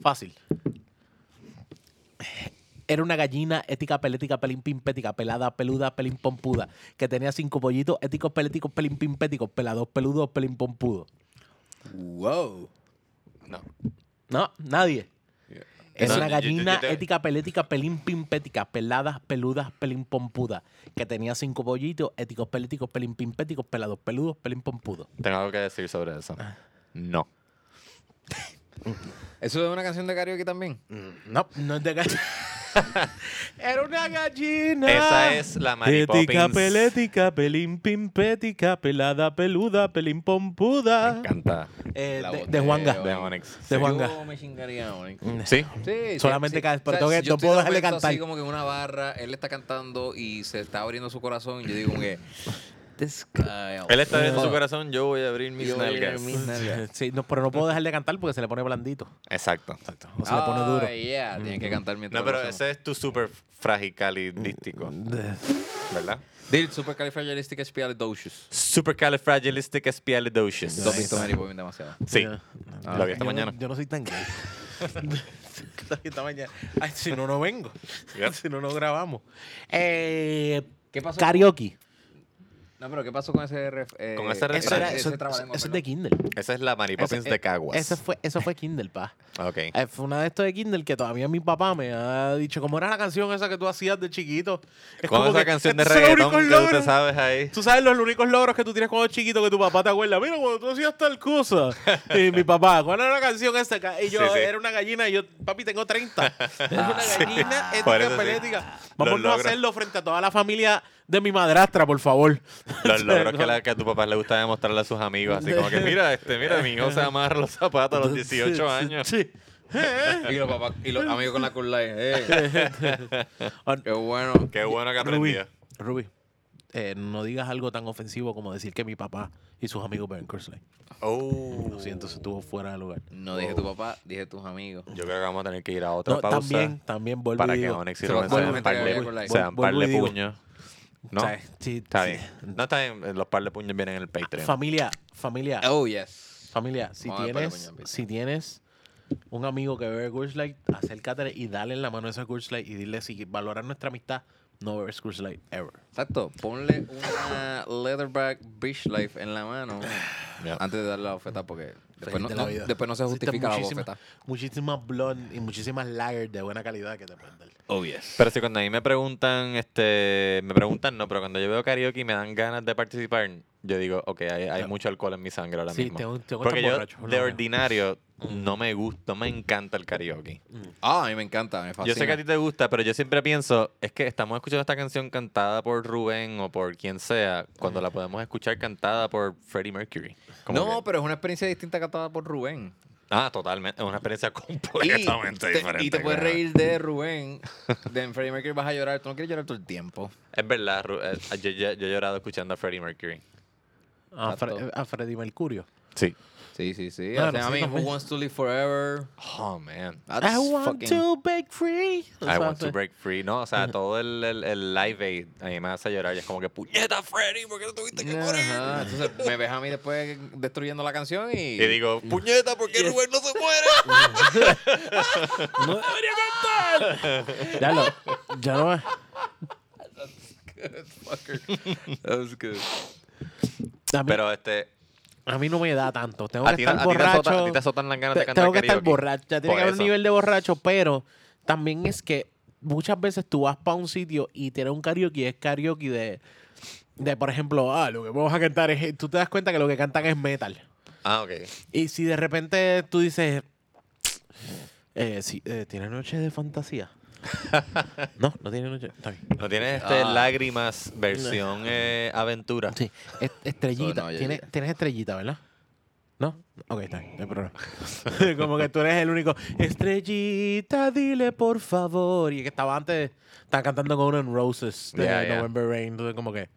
Fácil. Era una gallina ética, pelética, pelín, pimpética, pelada, peluda, pelín, pompuda, que tenía cinco pollitos éticos, peléticos, pelín, pimpéticos, pelados, peludos, pelín, pompudo. Wow. No. No, nadie. Era No, una yo- yo- yo gallina te- ética, pelética, pelín, pimpética, peladas, peludas, pelín, pompuda, que tenía cinco pollitos éticos, peléticos, pelín, pimpéticos, pelados, peludos, pelín, pompudo. Tengo algo que decir sobre eso. Ah. No. ¿Eso es una canción de karaoke también? No, no es de gallina. Era una gallina. Esa es la Mary Ah. Ética, Poppins. pelética, pelín pimpética, pelada, peluda, pelín Me pompuda. encanta. Eh, La de, voz de Juanga. De Onyx. De Juanga. Yo me chingaría a Onyx. Sí. Sí, Solamente sí, ca- sí. pero O sea, tengo que- si yo no estoy puedo de dejarle momento cantar. Así como que en una barra, él está cantando y se está abriendo su corazón. Y yo digo que. This guy. oh, Él está abriendo su Fuck. corazón, yo voy a abrir mis Yo voy a abrir nalgas. mis nalgas. Sí, no, pero no puedo dejar de cantar porque se le pone blandito. Exacto. Exacto. O se le pone duro. Mm. Ah, yeah. Tienen que cantar mientras. No, pero lo hacemos. ese es tu super fragicalidístico, ¿verdad? Mm. Dil supercalifragilisticexpialidocious. Supercalifragilisticexpialidocious. Lo pintó Mary Poppins demasiado. Sí. Ya. Lo vi Yo esta no- mañana. Yo no soy tan gay. Lo vi esta mañana. Ay, si no, no vengo. Yep. Si no, no grabamos. Eh, ¿Qué pasó? Karaoke. No, pero ¿qué pasó con ese ref, eh, Con ese Eso, era, Ese eso, trabalengua, eso es perdón? de Kindle. Esa es la Mary Poppins Eso- de eh, Caguas. Eso fue, eso fue Kindle, pa. Ok. Eh, Fue una de estos de Kindle que todavía mi papá me ha dicho, ¿cómo era la canción esa que tú hacías de chiquito? Es ¿Cuál como es la que canción de estos son los reggaetón que únicos tú te logros. sabes ahí? Tú sabes los únicos logros que tú tienes cuando chiquito que tu papá te acuerda. Mira, cuando tú hacías tal cosa. Y mi papá, ¿cuál era la canción esta? Ca- Y yo, Sí, sí. era una gallina. Y yo, papi, tengo 30. Es una gallina Por ética, eso sí. pelética. Los Vamos a logros. hacerlo frente a toda la familia de mi madrastra, por favor. Los logros que, la- que a tu papá le gusta demostrarle a sus amigos. Así como que, mira, este, mira, mi hijo se amarra los zapatos a los 18 años. Sí. Y los papás, y los amigos con la curla. Eh, qué bueno. Qué bueno que Ruby, aprendió. Ruby, eh, no digas algo tan ofensivo como decir que mi papá y sus amigos ven Cursley. Oh. Uh. Lo siento, se estuvo fuera de lugar. No dije tu papá, dije tus amigos. Yo creo que vamos a tener que ir a otra No, pausa. también, también vuelvo para y que digo. Onyx y Se lo Rubén se vuelvo den a par meter de, con la- se dan Vuelvo par y de digo. puños. No, O sea, sí, está sí. bien. No está bien, los par de puños vienen en el Patreon. Familia, familia, Oh, yes. familia, si Vamos a ver para la tienes, mañana, si tienes un amigo que bebe Coors Light, acércate y dale en la mano esa Coors Light y dile si valoras nuestra amistad, no bebes Coors Light ever. Exacto. Ponle una leatherback bitch life en la mano Ya. antes de darle la bofeta porque después Feliz no, de la no- vida. después no se Existen justifica la muchísimas- bofeta. Muchísimas blondes y muchísimas lager de buena calidad que te pueden dar. Oh, yes. Pero si cuando a mí me preguntan, este, me preguntan no, pero cuando yo veo karaoke y me dan ganas de participar, yo digo, ok, hay, hay mucho alcohol en mi sangre ahora Sí, mismo. tengo- tengo que Porque estar yo, borracho, de no. ordinario, no me gusta, no me encanta el karaoke. Ah, a mí me encanta, me fascina. Yo sé que a ti te gusta, pero yo siempre pienso, es que estamos escuchando esta canción cantada por Rubén o por quien sea, cuando la podemos escuchar cantada por Freddie Mercury. Como No, que- pero es una experiencia distinta cantada por Rubén. Ah, totalmente. Es una experiencia Y completamente te- diferente. Y te puedes claro. reír de Rubén, de Freddie Mercury vas a llorar. Tú no quieres llorar todo el tiempo. Es verdad, Ru- eh, yo, yo- yo he llorado escuchando a Freddie Mercury. A, Exacto. Fre- a Freddy Mercurio. Sí. Sí, sí, sí. Ah, o sea, no, I sí, mean, también. Who Wants to Live Forever? Oh, man. That's fucking- break free. I want to break free. No, o sea, todo el, el, el live aid a mí me hace llorar. Y es como que, puñeta, Freddy, ¿por qué no tuviste que morir? Ajá, Entonces me ves a mí después destruyendo la canción y. Y digo, puñeta, ¿por qué Rubén no se muere? No debería cantar. Ya lo, ya no es. That's good. A mí, Pero este, a mí no me da tanto. Tengo a que ti, estar a ti te borracho. azotan- a ti te azotan las ganas de Te- cantar tengo que estar karaoke. borracho. Ya tiene Por que haber un eso. nivel de borracho, pero también es que muchas veces tú vas para un sitio y tienes un karaoke y es karaoke de, de, por ejemplo, ah, lo que vamos a cantar es. Tú te das cuenta que lo que cantan es metal. Ah, ok. Y si de repente tú dices, eh, sí, eh, ¿tiene noche de fantasía? no, no tiene noche. Está bien. No tienes este Ah. lágrimas versión eh, aventura. Sí, es- estrellita. no, ya, ¿Tienes, ya. tienes estrellita, ¿verdad? ¿No? Ok, está bien, no hay problema. Como que tú eres el único. Estrellita, dile por favor. Y que estaba antes, estaba cantando con uno en Roses de Ya, ya. November Rain. Entonces, como que.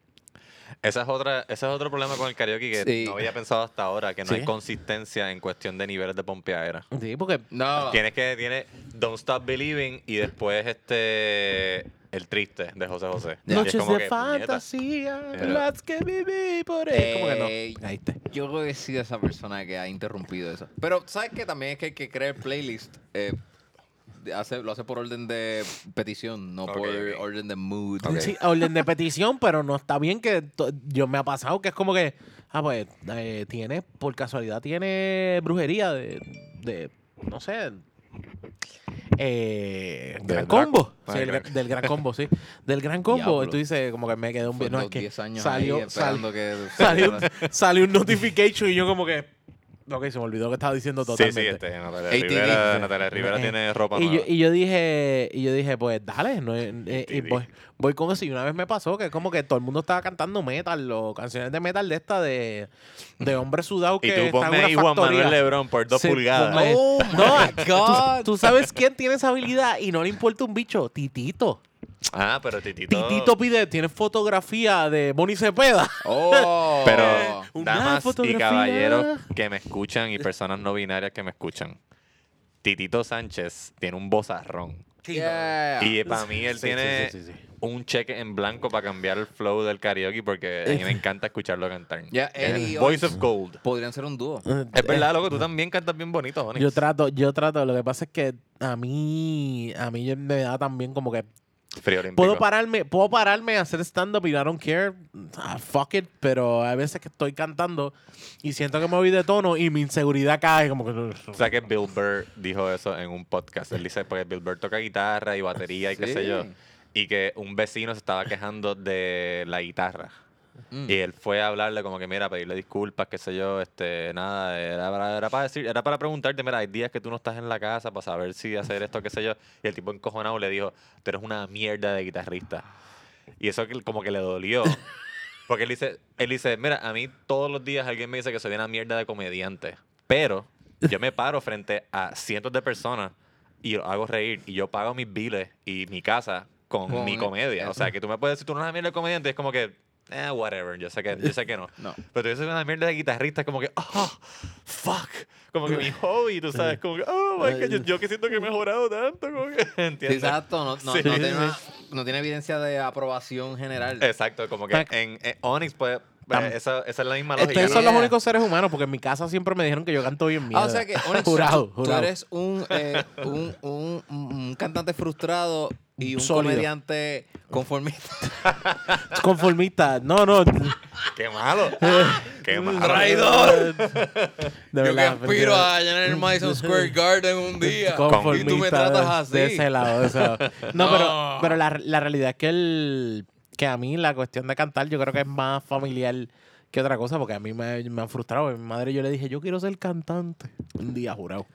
Esa es otra, ese es otro problema con el karaoke que Sí. no había pensado hasta ahora, que no Sí. hay consistencia en cuestión de niveles de pompeadera. Sí, porque. No. Tienes que, tiene Don't Stop Believing y después este El Triste de José José. Y es Noches como de que, fantasía, Pero- las que viví por ahí. como Eh, que no. Ahí está. Yo creo que sí de esa persona que ha interrumpido eso. Pero, ¿sabes qué? También es que hay que crear playlist. eh, de- hace- lo hace por orden de petición, no Ok, por ok. orden de mood. Sí, orden de petición, pero no está bien que to- yo me ha pasado que es como que, ah, pues, eh, tiene, por casualidad, tiene brujería de, de no sé, eh, gran Draco. combo. Ah, Sí, el Draco. gra- del gran combo, sí. Del gran combo. Diablo. Y tú dices, como que me quedé un Fue no, es los que 10 años ahí salió, sal- esperando que... salió, un- salió un notification y yo como que, ok, se me olvidó que estaba diciendo Sí, totalmente. sí, este, Natalia ATV. Rivera, Natalia Rivera Eh, tiene ropa y yo, nueva. y yo dije, y yo dije, pues dale, no, eh, eh, y TBD. voy, voy con eso. Y una vez me pasó que es como que todo el mundo estaba cantando metal o canciones de metal de esta de, de hombres sudados que Y tú están en ponme una ahí Juan Manuel factoría. Lebrón por dos Sí, pulgadas. ponme- ¡Oh, my God! Tú, tú sabes quién tiene esa habilidad y no le importa un bicho, Titito. Ah, pero Titito. Titito pide, tiene fotografía de Bonnie Cepeda. ¡Oh! Pero, eh, Una damas y fotografía. caballeros que me escuchan y personas no binarias que me escuchan, Titito Sánchez tiene un bozarrón. Yeah. Y para mí él Sí, sí, tiene sí, sí, sí. un cheque en blanco para cambiar el flow del karaoke porque a mí Eh. me encanta escucharlo cantar. Ya, eh, él y el Voice of Gold. Podrían ser un dúo. Es verdad, loco, tú también cantas bien bonito, Onyx. Eh, Yo trato, yo trato. Lo que pasa es que a mí, a mí me da también como que Frío olímpico. Puedo pararme, puedo pararme a hacer stand-up y I don't care. Ah, fuck it. Pero hay veces que estoy cantando y siento que me voy de tono y mi inseguridad cae como que. O sea que Bill Burr dijo eso en un podcast. Él dice, porque Bill Burr toca guitarra y batería y qué sé yo. Sí. Y que un vecino se estaba quejando de la guitarra. Mm. Y él fue a hablarle como que, mira, pedirle disculpas, qué sé yo, este, nada, era para, era para decir, era para preguntarte, mira, hay días que tú no estás en la casa para saber si hacer esto, qué sé yo. Y el tipo encojonado le dijo, tú eres una mierda de guitarrista. Y eso que- como que le dolió. Porque él dice, él dice, mira, a mí todos los días alguien me dice que soy una mierda de comediante. Pero yo me paro frente a cientos de personas y lo hago reír. Y yo pago mis biles y mi casa con Con- mi comedia. O sea, que tú me puedes decir, tú no eres una mierda de comediante. Es como que, eh, whatever. Yo sé que, yo sé que no. No. Pero tú eres una mierda de guitarrista. Es como que, oh, fuck. Como que mi hobby, tú sabes. Como que, oh, my God, yo, yo que siento que he mejorado tanto. Como que, ¿entiendes? Sí, exacto. No, no, Sí. no tiene una- no tiene evidencia de aprobación general. Eh, Exacto, como que Mac. en, en Onyx, pues, Tam- eh, esa, esa es la misma lógica. Ustedes ¿no? son los Yeah. únicos seres humanos porque en mi casa siempre me dijeron que yo canto bien mierda. Ah, o sea que, Onyx, jurado, tú, tú jurado. eres un, eh, un, un, un cantante frustrado y un Sólido. comediante conformista. Conformista. No, no. ¡Qué malo! Ah. ¡Qué malo! Traidor. De llenar el Madison Square Garden un día. Conformista. de- De ese Eso lado. de ese lado. No, No. pero, pero la, la realidad es que el, que a mí la cuestión de cantar yo creo que es más familiar que otra cosa, porque a mí me, me han frustrado. A mi madre yo le dije, yo quiero ser cantante. Un día jurado.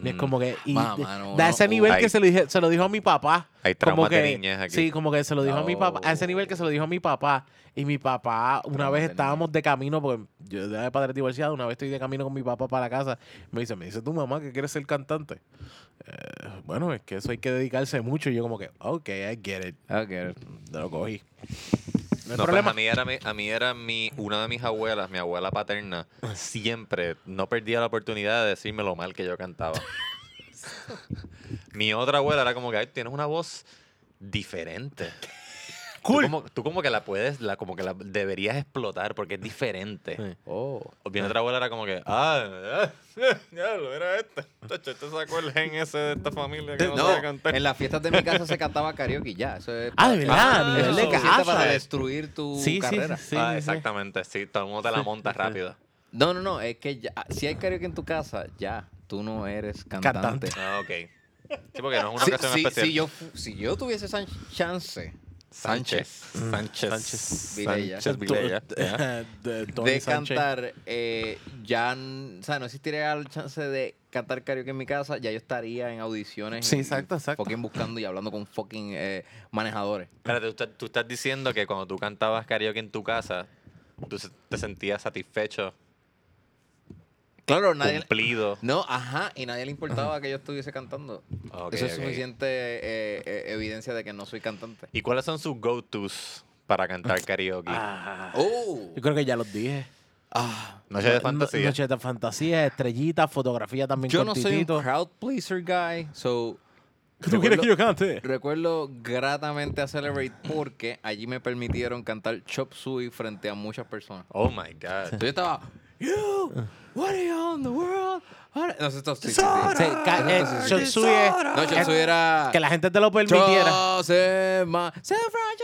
Y es Mm. como que. Y Ma, de- mano, da uno- ese nivel Hay- que se lo, dije, se lo dijo a mi papá. Hay como traumas de que, niñez aquí. Sí, como que se lo dijo a mi papá. A ese Oh. nivel que se lo dijo a mi papá. Y mi papá, una Traumas vez de estábamos de camino, porque yo de padre divorciado, una vez estoy de camino con mi papá para la casa. Me dice, me dice tu mamá que quieres ser cantante. Eh, bueno, es que eso hay que dedicarse mucho. Y yo, como que, ok, I get it. Mm, Lo cogí. No hay No, pues, problema. a mí era, mi, a mí era mi, una de mis abuelas, mi abuela paterna, siempre no perdía la oportunidad de decirme lo mal que yo cantaba. mi otra abuela era como que, "Ay, tienes una voz diferente. Tú como, tú como que la puedes, la, como que la deberías explotar porque es diferente. Sí. Oh. O bien otra abuela era como que, ah, ya lo era este. Tacho, este sacó el gen ese de esta familia que no, No, sabe cantar. en las fiestas de mi casa se cantaba karaoke ya. Eso es Ah, de verdad, a eso nivel es de suficiente casa. para destruir tu Sí, sí, carrera. sí, sí, ah, sí. exactamente, sí. Todo el mundo te la monta rápido. No, no, no. Es que ya, si hay karaoke en tu casa, ya. Tú no eres Cantante. cantante. Ah, ok. Sí, porque no es una Si, ocasión si- especial. si yo, fu- si yo tuviese esa chance, Sánchez. Sánchez. Vilella. Sánchez Vilella. Ajá. de Tony de Sánchez. cantar, eh, ya, n- o sea, no existiría la chance de cantar karaoke en mi casa, ya yo estaría en audiciones. Sí, y- exacto, y exacto. Fucking buscando y hablando con fucking eh, manejadores. Espérate, tú, estás- tú estás diciendo que cuando tú cantabas karaoke en tu casa, tú se- te sentías satisfecho, Claro, nadie. cumplido. No, ajá, y nadie le importaba que yo estuviese cantando. Ok, Eso es ok. suficiente eh, eh, evidencia de que no soy cantante. ¿Y cuáles son sus go-tos para cantar karaoke? Ah, ¡Oh! yo creo que ya los dije. Ah, Noche de No- fantasía. Noche de fantasía, estrellitas, fotografía también yo con no soy un Titito. crowd pleaser guy, so. ¿Tú quieres recuerdo- que yo cante? Recuerdo gratamente a Celebrate porque allí me permitieron cantar Chop Suey frente a muchas personas. Oh my God. Entonces yo estaba, You, what are you in the world? What are-" No, eso sí, sí, sí. Sí, ca- eh, Chop-Suey es- No, Chop Suey era. Que la gente te lo permitiera. Chosema,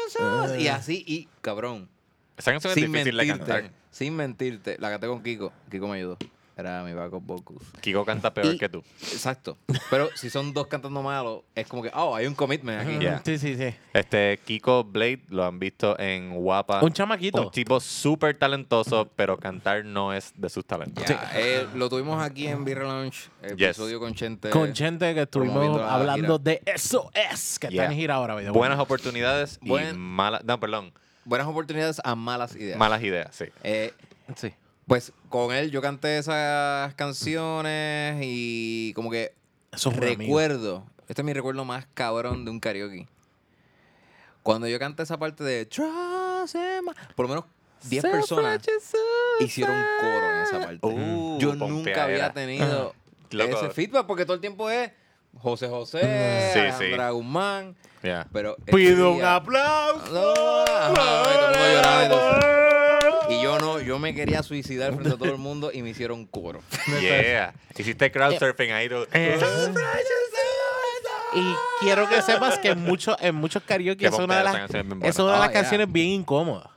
Sefra, Chosema. Y así, y cabrón. Esa canción es Sin difícil de mentirte, cantar. sin mentirte. La canté con Kiko. Kiko me ayudó. Era mi backup vocals. Kiko canta peor Y- que tú. Exacto. Pero si son dos cantando malo, es como que, oh, hay un commitment aquí. Ya. Mm, Sí, sí, sí. Este, Kiko Blade lo han visto en Guapa. Un chamaquito. Un tipo súper talentoso, pero cantar no es de sus talentos. Ya, eh, lo tuvimos aquí en Beer Lounge, episodio con Chente. Con gente que estuvimos promoviendo la hablando gira. de eso es que Yeah. está en gira ahora. by the way. Buenas oportunidades y Buen- malas... No, perdón. Buenas oportunidades a malas ideas. Malas ideas, sí. Eh, Sí. pues con él yo canté esas canciones y como que Eso es un amigo. recuerdo, este es mi recuerdo más cabrón de un karaoke. Cuando yo canté esa parte de Trust in my- por lo menos 10 personas hicieron coro en esa parte. Uh, yo pompeadera. nunca había tenido Loco. ese feedback porque todo el tiempo es José José, Sí, sí. Alejandra Guzmán, Ya. pero este Pido un día- aplauso. No, ajá, y todo el mundo lloraba y todo. Y yo no, yo me quería suicidar frente a todo el mundo y me hicieron coro. Yeah. Hiciste crowd surfing ahí. tú- Eh. Eh, Y quiero que sepas que en muchos, en muchos karaoke Qué es una de pompeada, las, esa canción es bien buena. es una de las Oh, yeah. canciones bien incómodas.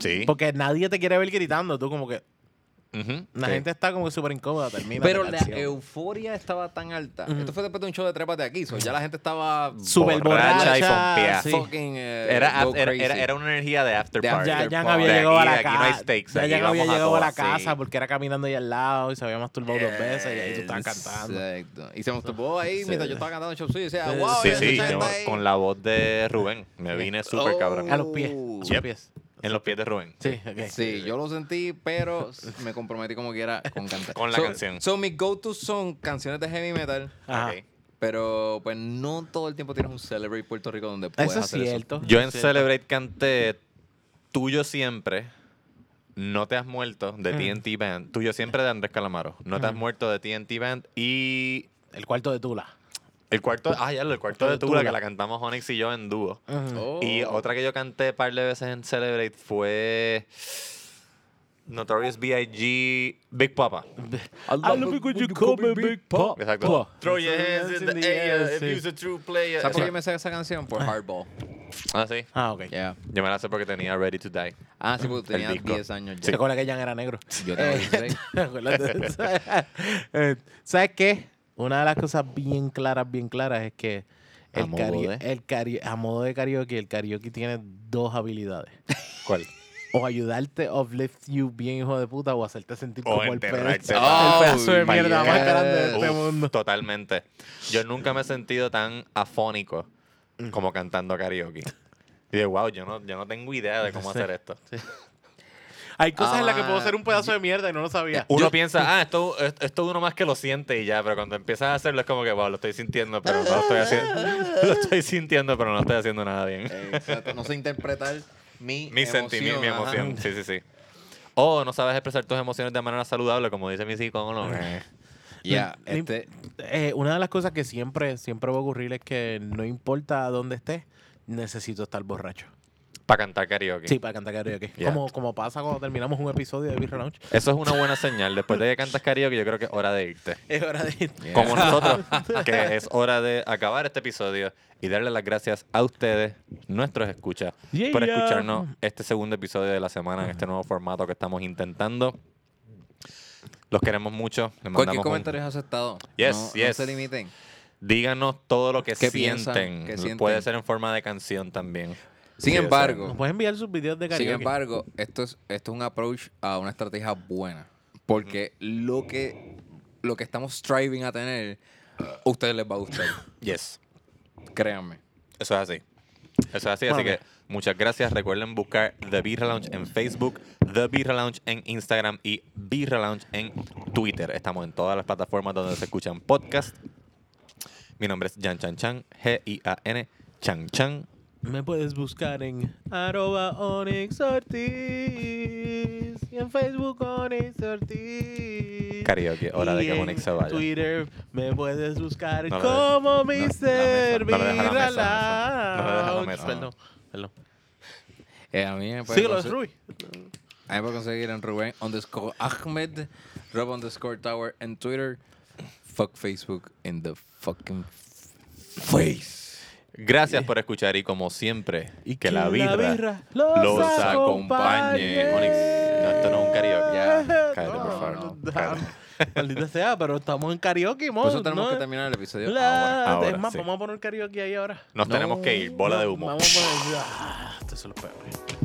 Sí. Porque nadie te quiere ver gritando. Tú como que... Ujú, La sí. gente está como que súper incómoda. Termina Pero la la canción. euforia estaba tan alta. Ujú. Esto fue después de un show de trepas de aquí. so ya la gente estaba Súper borracha borracha. y pompeada. sí. fucking. eh, Era, go era, crazy. era- era una energía de after De party. Ya, ya no Party. había De llegado a aquí- la de casa. aquí no hay stakes, ya de ya aquí no había vamos a llegado a la todas, casa sí. porque era caminando ahí al lado y se había masturbado dos veces y ahí tú estabas cantando. Exacto. Y se mostró ahí Sí. mientras yo estaba cantando Chop Suey. Y decía, Sí, wow, Sí, esa sí, gente yo ahí". con la voz de Rubén. Me vine súper Oh. cabrón. A los pies. A Yep. los pies. En los pies de Rubén. Sí, ok. Sí, yo lo sentí, pero me comprometí como quiera con cantar. Con la So- canción. So, mis go-tos son canciones de heavy metal. Ajá. Ok. Pero pues no todo el tiempo tienes un Celebrate Puerto Rico donde puedes Eso es hacer cierto. Yo en Eso es cierto. Celebrate canté Tuyo Siempre, No Te Has Muerto de TNT Band, Tuyo Siempre de Andrés Calamaro, No Te Has Muerto de TNT Band y El cuarto de Tula. el cuarto, ah, ya, el cuarto de Tula que la cantamos Onyx y yo en dúo. eso. Oh. Y otra que yo canté par de veces en Celebrate fue Notorious B.I.G. Big Papa. I love it when you call me Big Pop. Exacto. Throw your hands in the air if you're a true player. ¿Sabes por qué Eso- me sé esa canción? Por Hardball. Ah, sí. Ah, ok. Yeah. Yo me la sé porque tenía Ready to Die. Ah, sí, porque tenía disco. 10 años ¿Se ya. acuerda que Jan era negro? Yo tengo Eh, 16. ¿te acuerdas de eso? Eh, ¿Sabes qué? Una de las cosas bien claras, bien claras es que A el modo karaoke, de. el karaoke- a modo de karaoke, el karaoke tiene dos habilidades. ¿Cuál? o ayudarte a uplift you bien, hijo de puta, o hacerte sentir O como el enterrarte. pedazo, Oh, el pedazo de my mierda más God. grande de este Uf, mundo. Totalmente. Yo nunca me he sentido tan afónico como cantando karaoke. Y de wow, yo no, yo no tengo idea de cómo hacer esto. Hay cosas en las que Ah, puedo ser un pedazo de mierda y no lo sabía. Uno piensa, ah, esto, esto es uno más que lo siente y ya, pero cuando empiezas a hacerlo es como que, wow, lo estoy sintiendo, pero no lo estoy haciendo. Lo estoy sintiendo, pero no estoy haciendo nada bien. Exacto, no sé interpretar mi Mi sentimiento, mi ajá. emoción. Sí, sí, sí. O no sabes expresar tus emociones de manera saludable, como dice mi psicólogo. Mm. Ya, Lim- lim- este, Eh, una de las cosas que siempre, siempre va a ocurrir es que no importa dónde estés, necesito estar borracho. Para cantar karaoke. Sí, para cantar karaoke. Yeah. Como, como pasa cuando terminamos un episodio de Beer Lounge. Eso es una buena señal. Después de que cantas karaoke, yo creo que es hora de irte. Es hora de ir. Yeah. Como nosotros, que es hora de acabar este episodio y darle las gracias a ustedes, nuestros escuchas, Yeah. por escucharnos este segundo episodio de la semana en este nuevo formato que estamos intentando. Los queremos mucho. Les mandamos cualquier un- comentario es aceptado. Yes, no, yes. No se limiten. Díganos todo lo que ¿Qué sienten. piensan? ¿Qué sienten? Puede ser en forma de canción también. Sin Sí, eso. Nos embargo, puedes enviar sus videos de sin karaoke. embargo, esto es, esto es un approach a una estrategia buena. Porque lo que, lo que estamos striving a tener, a ustedes les va a gustar. Yes. créanme. Eso es así. Eso es así, así Vale. que muchas gracias. Recuerden buscar The Birra Lounge en Facebook, The Birra Lounge en Instagram y Birra Lounge en Twitter. Estamos en todas las plataformas donde se escuchan podcasts. Mi nombre es Jan Chan Chan, G-I-A-N, Chan Chan. Me puedes buscar en arroba Onyx Ortiz y en Facebook Onyx Ortiz. Karaoke, hora de Y que en Onyx se vaya. Twitter me puedes buscar No le de- como no, Mr. la mesa, no le deja la mesa, Virala. no le deja la mesa. Perdón, perdón. Eh, a mí me Pues pueden Síguelo, conse- Rui. a mí me pueden conseguir en Rubén underscore Ahmed, Rob underscore Tower en Twitter. Fuck Facebook in the fucking face. Gracias por escuchar y como siempre, Y que la birra, los, los acompañe. acompañe. Onyx, no, esto no es un karaoke. Ya, cállate, por favor. no, Maldita sea, pero estamos en karaoke, mon. Por eso Oh, tenemos no que es- terminar el episodio ahora. La- ahora, es más, sí. vamos a poner karaoke ahí ahora. Nos tenemos que ir, bola de humo. Vamos a poner. Ah, esto es lo peor.